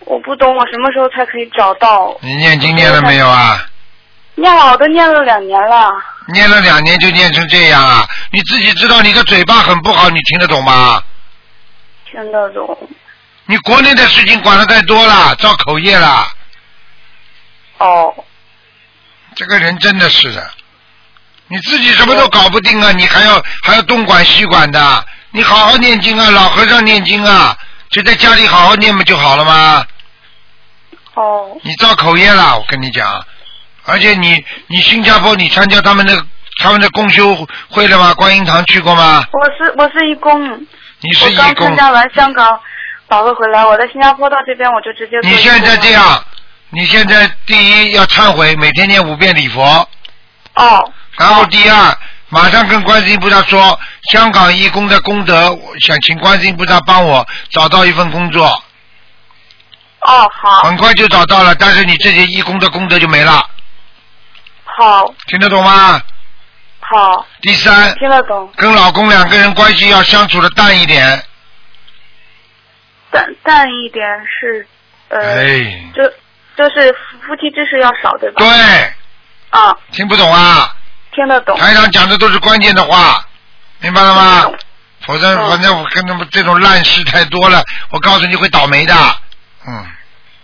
我不懂我什么时候才可以找到。
你念经念了没有啊？
念了，我都念了两年了。
念了两年就念成这样啊？你自己知道你的嘴巴很不好，你听得懂吗？
听得懂。
你国内的事情管的太多了，造口业了。
哦。
这个人真的是的，你自己什么都搞不定啊，你还要还要东管西管的，你好好念经啊，老和尚念经啊，就在家里好好念不就好了吗？
哦。
你造口业了，我跟你讲，而且你你新加坡你参加他们的他们的公修会了吗？观音堂去过吗？
我是我是义工，
你是
我
义
刚
工
参，加完香港保卫回来，我在新加坡到这边我就直接做
你现在
义工
这
了
样，你现在第一要忏悔，每天念五遍礼佛。
哦，
然后第二，马上跟观世音菩萨说，香港义工的功德，我想请观世音菩萨帮我找到一份工作，
哦好
很快就找到了，但是你这些义工的功德就没了，
好
听得懂吗？
好
第三，
听得懂，
跟老公两个人关系要相处的淡一点，
淡淡一点是呃，
哎，
就就是夫妻之事要少对吧？
对，
啊，
听不懂啊？
听得懂，
台长讲的都是关键的话，明白了吗
听得？懂
否则，
嗯
反正我跟他们这种烂事太多了，我告诉你会倒霉的，嗯。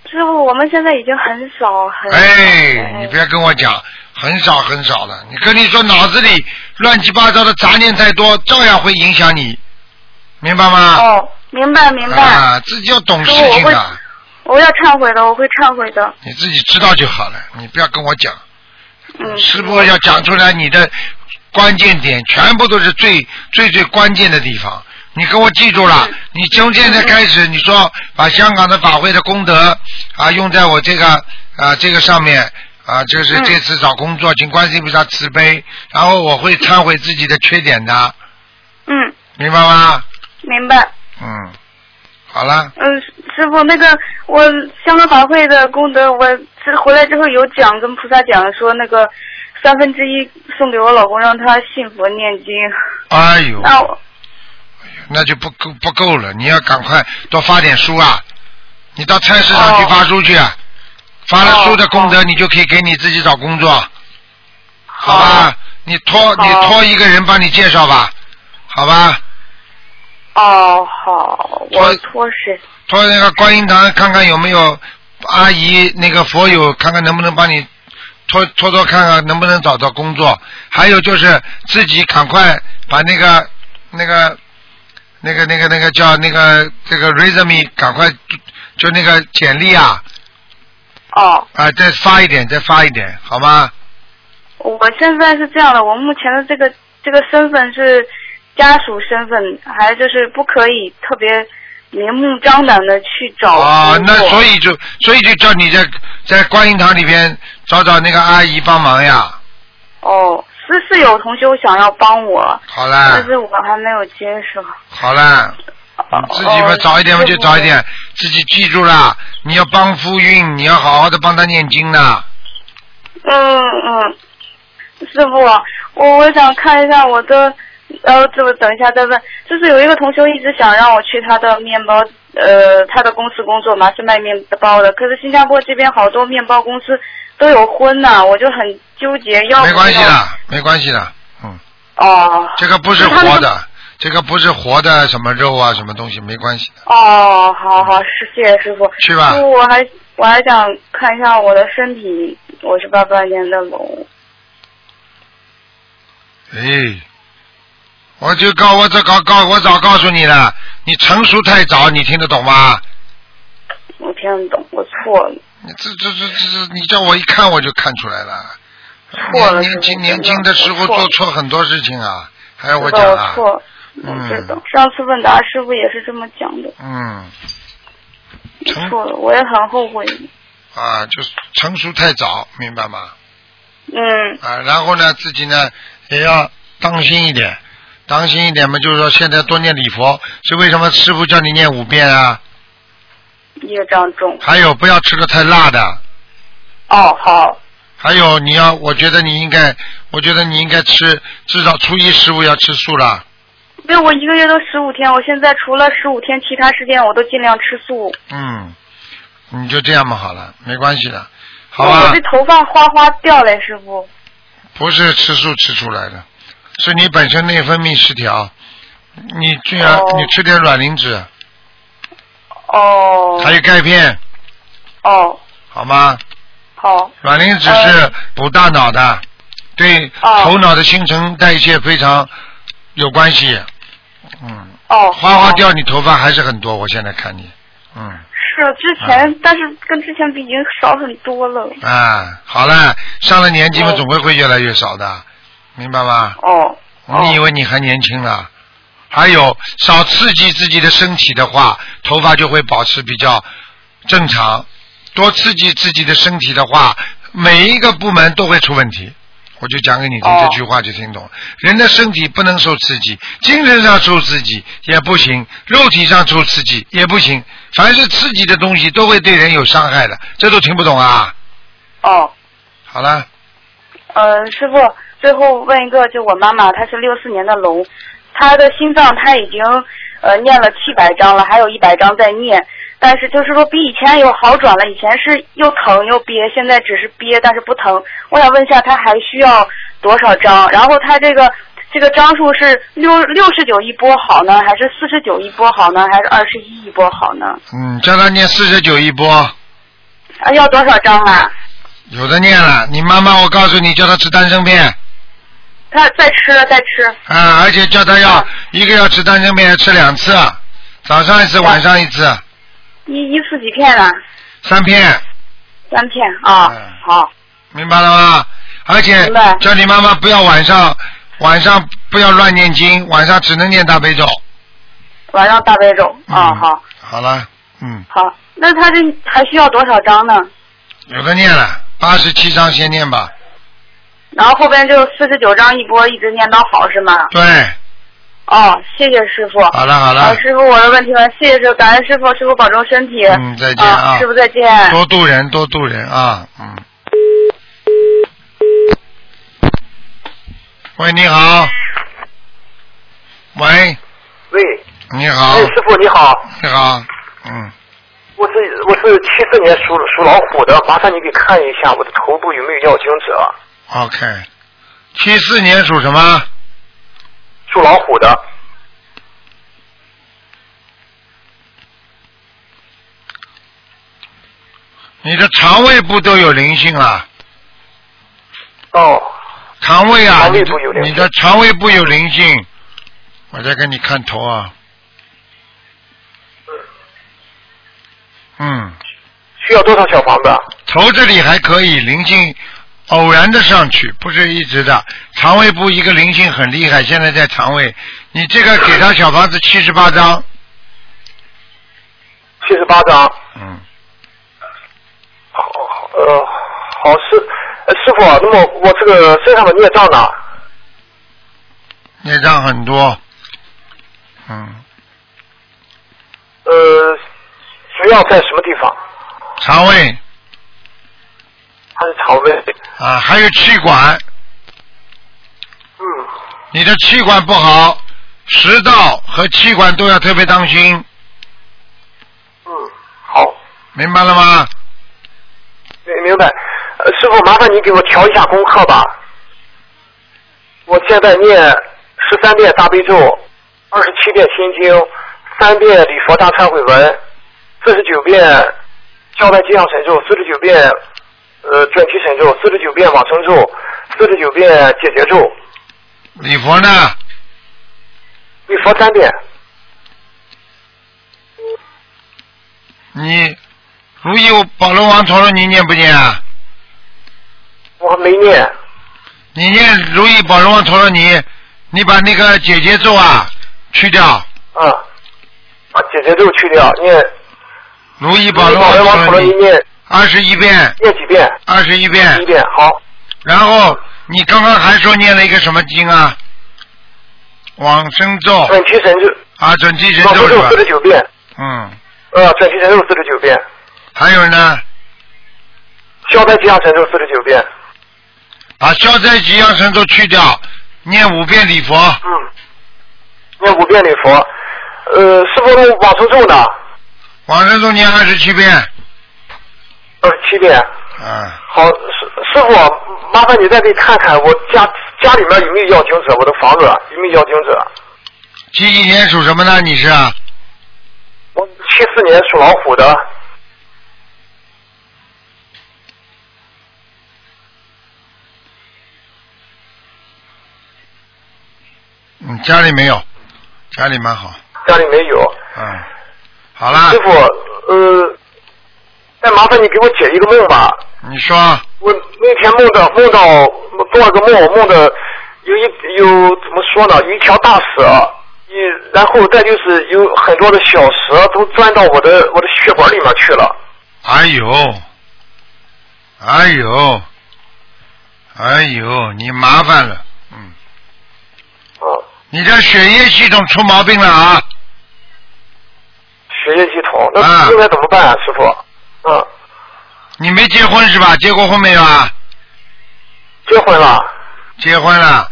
师傅，我们现在已经很少很少
哎，你不要跟我讲，很少很少了。你跟你说脑子里乱七八糟的杂念太多，照样会影响你，明白吗？
哦，明白明白，
啊，自己要懂事情
师傅
的。
我我要忏悔的，我会忏悔的。
你自己知道就好了，你不要跟我讲。
嗯，
师傅要讲出来你的关键点，全部都是最最最关键的地方。你给我记住了，
嗯
你从现在开始，你说把香港的法会的功德啊用在我这个啊这个上面啊，就是
嗯
这次找工作，请观世音菩萨慈悲，然后我会忏悔自己的缺点的，
嗯，
明白吗？
明白。
嗯，好了，
嗯，师傅，那个我香港法会的功德，我是回来之后有讲跟菩萨讲说，那个三分之一送给我老公，让他信佛念经。
哎呦，
那我
那就不够不够了，你要赶快多发点书啊！你到菜市场去发书去，啊发了书的功德，你就可以给你自己找工作，好吧？你托你托一个人帮你介绍吧，好吧？
哦，好，
我
托谁？
托那个观音堂看看有没有阿姨那个佛友，看看能不能帮你托托托看看能不能找到工作。还有就是自己赶快把那个那个那个那个那个叫那个这个 resume 赶快就那个简历啊
哦，
啊再发一点再发一点好吗？
我现在是这样的，我目前的这个这个身份是家属身份，还就是不可以特别明目张胆的去找
啊，
工
那
作
所以就所以就叫你在在观音堂里边找找那个阿姨帮忙呀，
哦，是是有同修想要帮我，
好啦
但。是我还没有接受。
好了，你自己嘛
哦
早一点嘛
师
就
傅
早一点，自己记住了，你要帮夫运，你要好好的帮他念经呢。
嗯嗯，师傅，我我想看一下我的，呃，这个等一下再问。就是有一个同修一直想让我去他的面包，呃，他的公司工作嘛，是卖面包的。可是新加坡这边好多面包公司都有婚呐、我就很纠结，要不要
没关系的，没关系的，嗯，
哦，
这个不是
那他那
活
个
的，这个不是活的什么肉啊什么东西，没关系的。
哦，好好，是谢谢师傅。
去吧
师傅，我还我还想看一下我的身体，我是八八年的龙。
哎，我就告我早告告我早告诉你了，你成熟太早，你听得懂吗？
我听得懂，我错了。
你这这这这这，你叫我一看我就看出来了。
错
年
了
年
是
轻
不是
年轻的时候
我错了
做错很多事情啊，还要我
知
讲
道我
啊？
错了。
嗯。
上次问答师傅也是这么讲的，
嗯，
我错了，我也很后悔。
啊，就是成熟太早，明白吗？
嗯
啊，然后呢，自己呢也要当心一点，当心一点嘛，就是说现在多念礼佛，是为什么师傅叫你念五遍啊？
业障重。
还有不要吃的太辣的。
哦，好。
还有你要，我觉得你应该，我觉得你应该吃，至少初一十五要吃素了。
对，我一个月都十五天，我现在除了十五天，其他时间我都尽量吃素。
嗯，你就这样嘛，好了，没关系的，好
嗯我
吧
这？头发哗哗掉嘞，师傅。
不是吃素吃出来的，是你本身内分泌失调，你居然、
哦
你吃点卵磷脂。
哦
还有钙片，
哦，
好吗？
好。
卵磷脂
嗯
是补大脑的，对
哦
头脑的新陈代谢非常有关系。嗯。
哦。
花花掉，你头发还是很多，我现在看你。嗯。
是之前，但是跟之前比已经少很多了。
啊，好了，上了年纪嘛，
哦
总归会越来越少的，明白吗？
哦。
你以为你还年轻了？还有，少刺激自己的身体的话，头发就会保持比较正常；多刺激自己的身体的话，每一个部门都会出问题。我就讲给你听
哦
这句话就听懂了。人的身体不能受刺激，精神上受刺激也不行，肉体上受刺激也不行，凡是刺激的东西都会对人有伤害的，这都听不懂啊？
哦，
好了，
呃，师傅，最后问一个，就我妈妈，她是六四年的龙，她的心脏她已经呃念了七百章了，还有一百章在念，但是就是说比以前有好转了，以前是又疼又憋，现在只是憋，但是不疼。我想问一下，她还需要多少章？然后她这个这个章数是六六十九一波好呢，还是四十九一波好呢，还是二十一一波好呢？
嗯，叫他念四十九一波，
啊，要多少章啊？
有的念了。你妈妈，我告诉你，叫她吃丹参片。
她再吃了再吃，
啊，而且叫他要一个要吃丹参片，吃两次，早上一次，晚上一次，
一一次几片啊？
三片，
三片啊，
哎
好，
明白了吗？而且
明白
叫你妈妈不要晚上晚上不要乱念经，晚上只能念大悲咒。
晚上大悲咒啊，好，
好了，嗯，
好，那他这还需要多少张呢？
有的念了，八十七章先念吧。
然后后边就四十九章一波，一直念到好是吗？
对，
哦，谢谢师傅。
好了好了
啊师傅，我的问题完，谢谢师傅，感恩师傅，师傅保重身体。
嗯，再见啊，
师傅再见。
多度人，多度人啊，嗯。喂，你好。喂，
喂，
你好
哎，，师傅你好，
你好，嗯，
我是我是七四年属属老虎的，麻烦你给看一下我的头部有没有要经者，
OK，七四年属什么？
属老虎的，
你的肠胃部都有灵性啊。
哦。
肠胃啊，
肠胃
你
部有
的
灵
你
性
的肠胃部有灵性，我在给你看头啊。嗯，
需要多少小房子？啊
头这里还可以，灵性偶然的上去，不是一直的。肠胃部一个灵性很厉害，现在在肠胃，你这个给他小房子七十八张，
七十八张。
嗯。
好，好呃，好师呃师傅啊，那么我这个身上的孽障呢？
孽障很多。嗯，
呃，主要在什么地方？
肠胃
它是肠胃。
啊，还有气管，
嗯，
你的气管不好，食道和气管都要特别当心。嗯，
嗯好。
明白了吗？
明明白。呃，师傅，麻烦你给我调一下功课吧。我现在念十三遍大悲咒，二十七遍心经，三遍礼佛大忏悔文，四十九遍消灾吉祥神咒，四十九遍呃准提神咒，四十九遍往生咒，四十九遍解结咒，
礼佛呢？
礼佛三遍。
你哎如意宝龙王陀罗尼念不念啊？
我没念。
你念如意宝龙王陀罗尼，你把那个姐姐咒啊去掉。
嗯。把解结咒去掉，念
如意宝龙
如意宝
王
龙王
陀罗
陀罗尼念
二十一遍。
念几遍？
二十一遍。
一遍，好。
然后你刚刚还说念了一个什么经啊？往生咒。
准提神咒。
啊，准提神
往
咒
生
是
咒
吧
四？十九遍，
嗯，
呃，准提神咒四十九遍，
还有呢，
消灾吉祥神咒四十九遍。
把消灾吉祥神咒去掉，念五遍礼佛。
嗯。念五遍礼佛，呃，师傅往生咒呢？
往生咒念二十七遍。
二十哦七遍。
嗯。
好，师师傅，麻烦你再给看看我家家里面有没有要经者，我的房子啊有没有要经者？
几几年属什么呢？你是啊？
七四年属老虎的，
嗯，家里没有，家里蛮好。
家里没有。
嗯，好啦
师，傅，呃，再麻烦你给我解一个梦吧。
你说
我那天梦到梦到做了个梦，我梦的有一有怎么说呢？有一条大蛇，一然后再就是有很多的小蛇都钻到我的我的血管里面去了。
哎呦，哎呦，哎呦，你麻烦了，嗯。
哦。
你这血液系统出毛病了啊！
血液系统，那应该怎么办、啊，师傅？嗯，
你没结婚是吧？结过婚没有啊？
结婚了。
结婚了，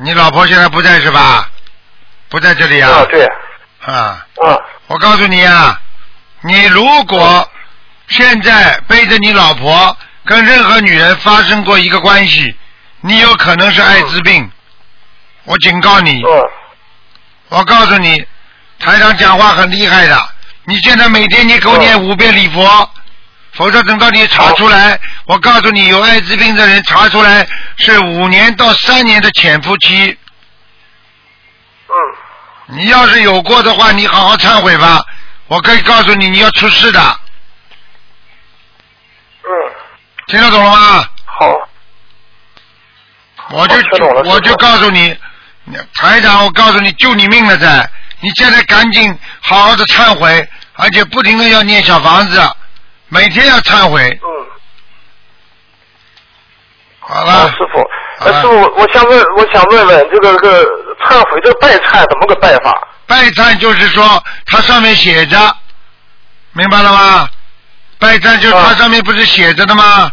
你老婆现在不在是吧？不在这里啊？
啊，对，
啊。
嗯。
我告诉你啊，你如果现在背着你老婆跟任何女人发生过一个关系，你有可能是艾滋
嗯
病。我警告你。我告诉你，台长讲话很厉害的。你现在每天你给我念五遍礼佛，否则等到你查出来，我告诉你，有艾滋病的人查出来是五年到三年的潜伏期。你要是有过的话，你好好忏悔吧。我可以告诉你，你要出事的。
嗯
听得懂了吗？
好。
我就
听懂了
我就告诉你，你台长，我告诉你，救你命了在！你现在赶紧好好的忏悔，而且不停的要念小房子，每天要忏悔。
嗯。
好了。
师傅，呃，师
啊
傅，我想问，我想问问这个这个忏悔这个拜忏怎么个拜法？
拜忏就是说，它上面写着，明白了吗？拜忏就是它上面不是写着的吗？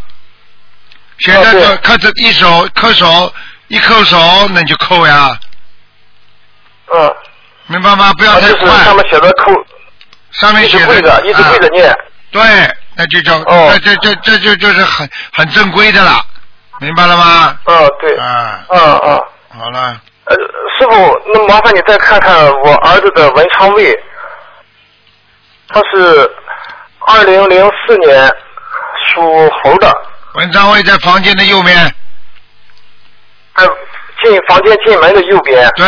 写着
啊
就刻着一手刻手一叩手，那你就扣呀，
嗯。
明白吗？不要
啊
太
就是
快
上面写的扣，
上面
一
写
直跪
着
着，一直跪着
啊
哦念。
对，那就叫、那这这这就就是很很正规的了，明白了吗？
嗯，对。
啊。
嗯嗯。
好了，
呃，师傅，那麻烦你再看看我儿子的文昌位，他是二零零四年属猴的，
文章位在房间的右面，
在呃进房间进门的右边。嗯
对。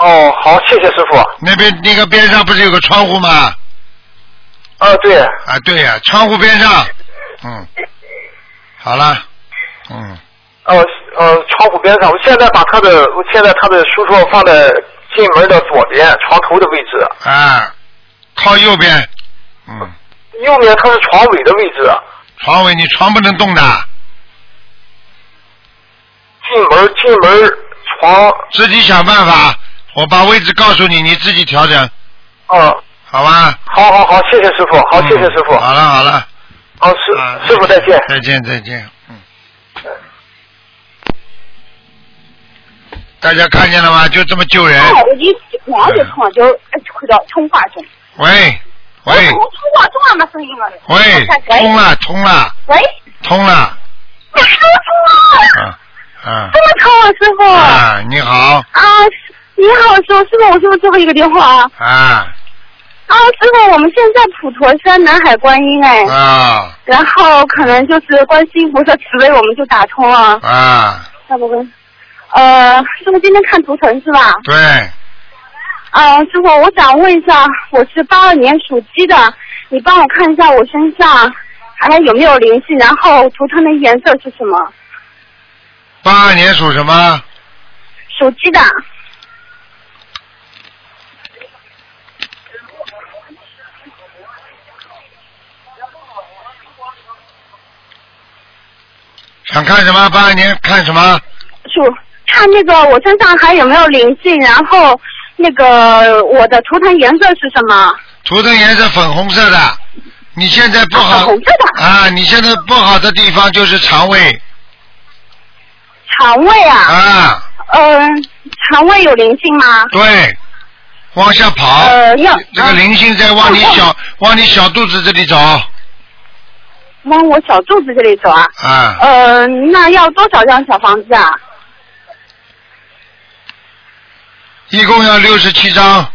哦，好，谢谢师傅。
那边那个边上不是有个窗户吗？
啊，对。
啊，对呀、窗户边上。嗯。好了，嗯。
呃呃，窗户边上，我现在把他的，我现在他的书桌放在进门的左边床头的位置，
啊，靠右边，嗯，
右面他是床尾的位置，啊
床尾你床不能动的，
进门进门床
自己想办法，我把位置告诉你，你自己调整，
啊，
好吧？嗯
好好好，谢谢师傅，好，谢谢师傅。
好了好了，啊
好，师师傅再见。
再见再见，嗯。大家看见了吗？就这么救人。
哎，我一光就从就回到通话中，
喂喂
从通话中还没声音了。
喂，通了通了
喂，
通了，
师傅，
啊啊
这么疼啊，师傅
啊！你好
啊！你好，师傅，师傅，我是不是最后一个电话啊？
啊
啊，师傅，我们现在普陀山南海观音哎，
啊
然后可能就是观世音菩萨慈悲，我们就打通了，
啊！
要不跟呃，师傅今天看图腾是吧？
对，
啊，师傅，我想问一下，我是八二年属鸡的，你帮我看一下我身上还有没有灵性，然后图腾的颜色是什么？
八二年属什么？
属鸡的，
想看什么？八二年看什么？
属看那个我身上还有没有灵性，然后那个我的图腾颜色是什么？
图腾颜色粉红色的，你现在不好
粉红色的
啊，你现在不好的地方就是肠胃
肠胃啊，
啊，
嗯、肠胃有灵性吗？
对，往下跑，
呃要
这个灵性在往你小、往你小肚子这里走
往我小肚子这里走啊。
啊，
呃，那要多少张小房子啊？
一共要六十七张，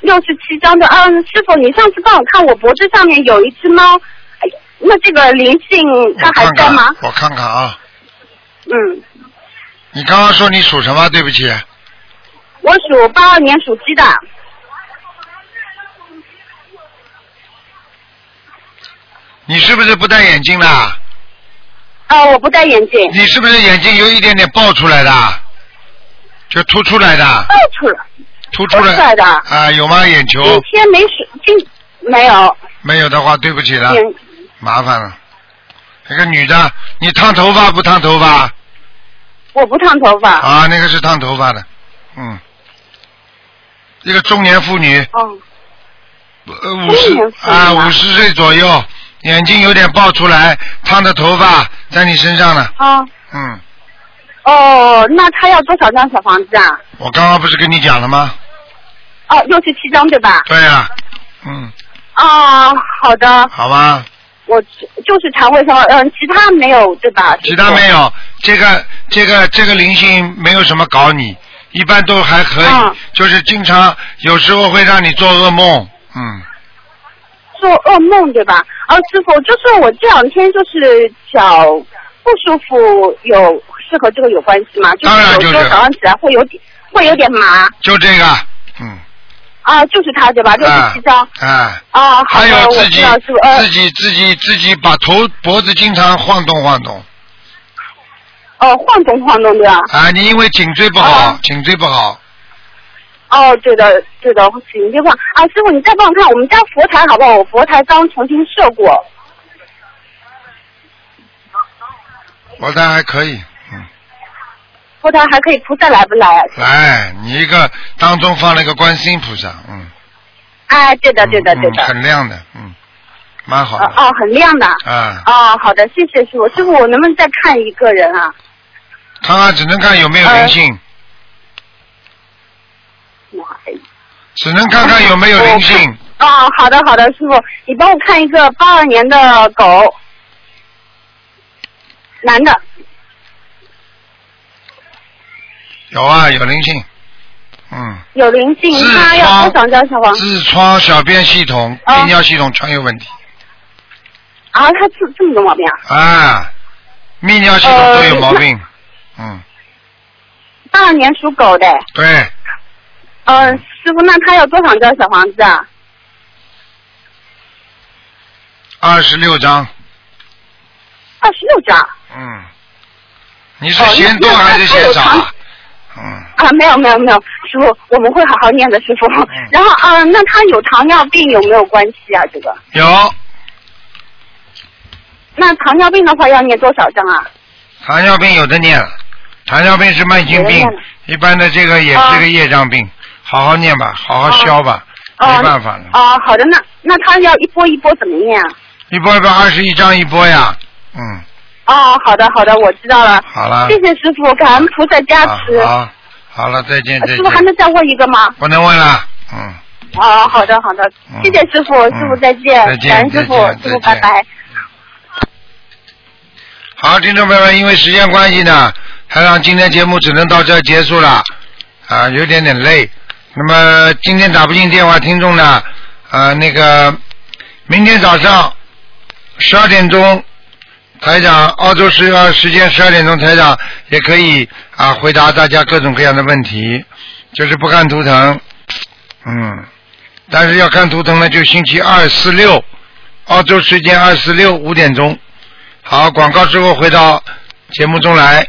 六十七张的，嗯，师傅，你上次帮我看我脖子上面有一只猫，哎那这个灵性它还
看
在
看
吗？
我看看啊，
嗯，
你刚刚说你属什么？对不起，
我属八二年属鸡的，
你是不是不戴眼镜的？
呃，我不戴眼镜，
你是不是眼睛有一点点爆出来的？就凸出来的，
爆出来，
凸出来
凸出来的
啊？有吗？眼球
今天没水，今没有，嗯
没有的话，对不起了。
眼
麻烦了。那个女的，你烫头发不烫头发？
我不烫头发，
啊，那个是烫头发的，嗯，一个中年妇女，
嗯，
呃五十啊五十岁左右，眼睛有点爆出来，烫的头发在你身上呢，
啊，
嗯，
哦，那他要多少张小房子啊？
我刚刚不是跟你讲了吗？
哦，六十七张对吧？
对呀、嗯，
啊，好的，
好吧，
我就是肠胃上，嗯，其他没有对吧？
其他没有，这个这个这个灵性没有什么搞你，一般都还可以，
嗯
就是经常有时候会让你做噩梦，嗯。
做噩梦对吧？啊，师傅，就是我这两天就是脚不舒服有，是和这个有关系吗？就是有时候早上起来会有点会有点麻
就这个，嗯，
啊，就是他对吧？六十七张。
啊，
啊，好
还
的，
有
我
自
知
己
道师傅。呃
自己自己自己把头脖子经常晃动晃动
哦，晃动晃动对吧？
啊，你因为颈椎不好，颈椎不好，
哦，对的，对的，颈椎晃啊，师傅，你再帮我看我们家佛台好不好？我佛台刚重新设过。
我的还可以。
佛台还可以，菩萨来不来？
来，你一个当中放了一个观世音菩萨，嗯，
哎，对的，对的，对
嗯，
的。
很亮的，嗯，蛮好
哦
的，
哦，很亮的。
啊，
哦，好的，谢谢师傅。师傅，我能不能再看一个人啊？
看看只能看有没有
呃
灵性，只能看看有没有灵性，
哦，好的，好的，师傅，你帮我看一个八二年的狗，男的。
有啊，有灵性，嗯，
有灵性，他要多少张小王？
痔疮、小便系统、
啊
泌尿系统全有问题
啊，他这这么多毛病啊？
啊，泌尿系统都有毛
呃
病，嗯，
八二年属狗的，
对，
呃，师傅，那他要多少张小房子啊？
二十六章，
二十六张
嗯，你是嫌
哦
多还是嫌少啊？
啊？没有没有没有，师傅，我们会好好念的，师傅。然后啊、那他有糖尿病有没有关系啊？这个？
有
那糖尿病的话要念多少张啊？
糖尿病有的念了，糖尿病是慢性病
有的念了，
一般的这个也
哦
是个业障病，好好念吧，好好消吧，
啊
没办法了，
啊，好的，那那他要一波一波怎么念啊？
一波一波二十一张一波呀，嗯，
哦，好的好的，我知道了。
好了
谢，谢师傅，感恩菩萨加持。
啊好，好了，再见再
呃师
见
傅，还能再问一个吗？
不能问了，嗯。
哦，好的好的，谢谢师傅，师傅再见，
嗯再见
感恩师傅
再见，
师傅
再
拜
见
拜。
好，听众朋友们，因为时间关系呢，台长今天节目只能到这儿结束了，啊，有点点累。那么今天打不进电话，听众呢，呃，那个明天早上十二点钟，台长澳洲时呃时间十二点钟，台长也可以啊回答大家各种各样的问题，就是不看图腾，嗯，但是要看图腾呢，就星期二、四、六，澳洲时间二四六五点钟。好，广告之后回到节目中来。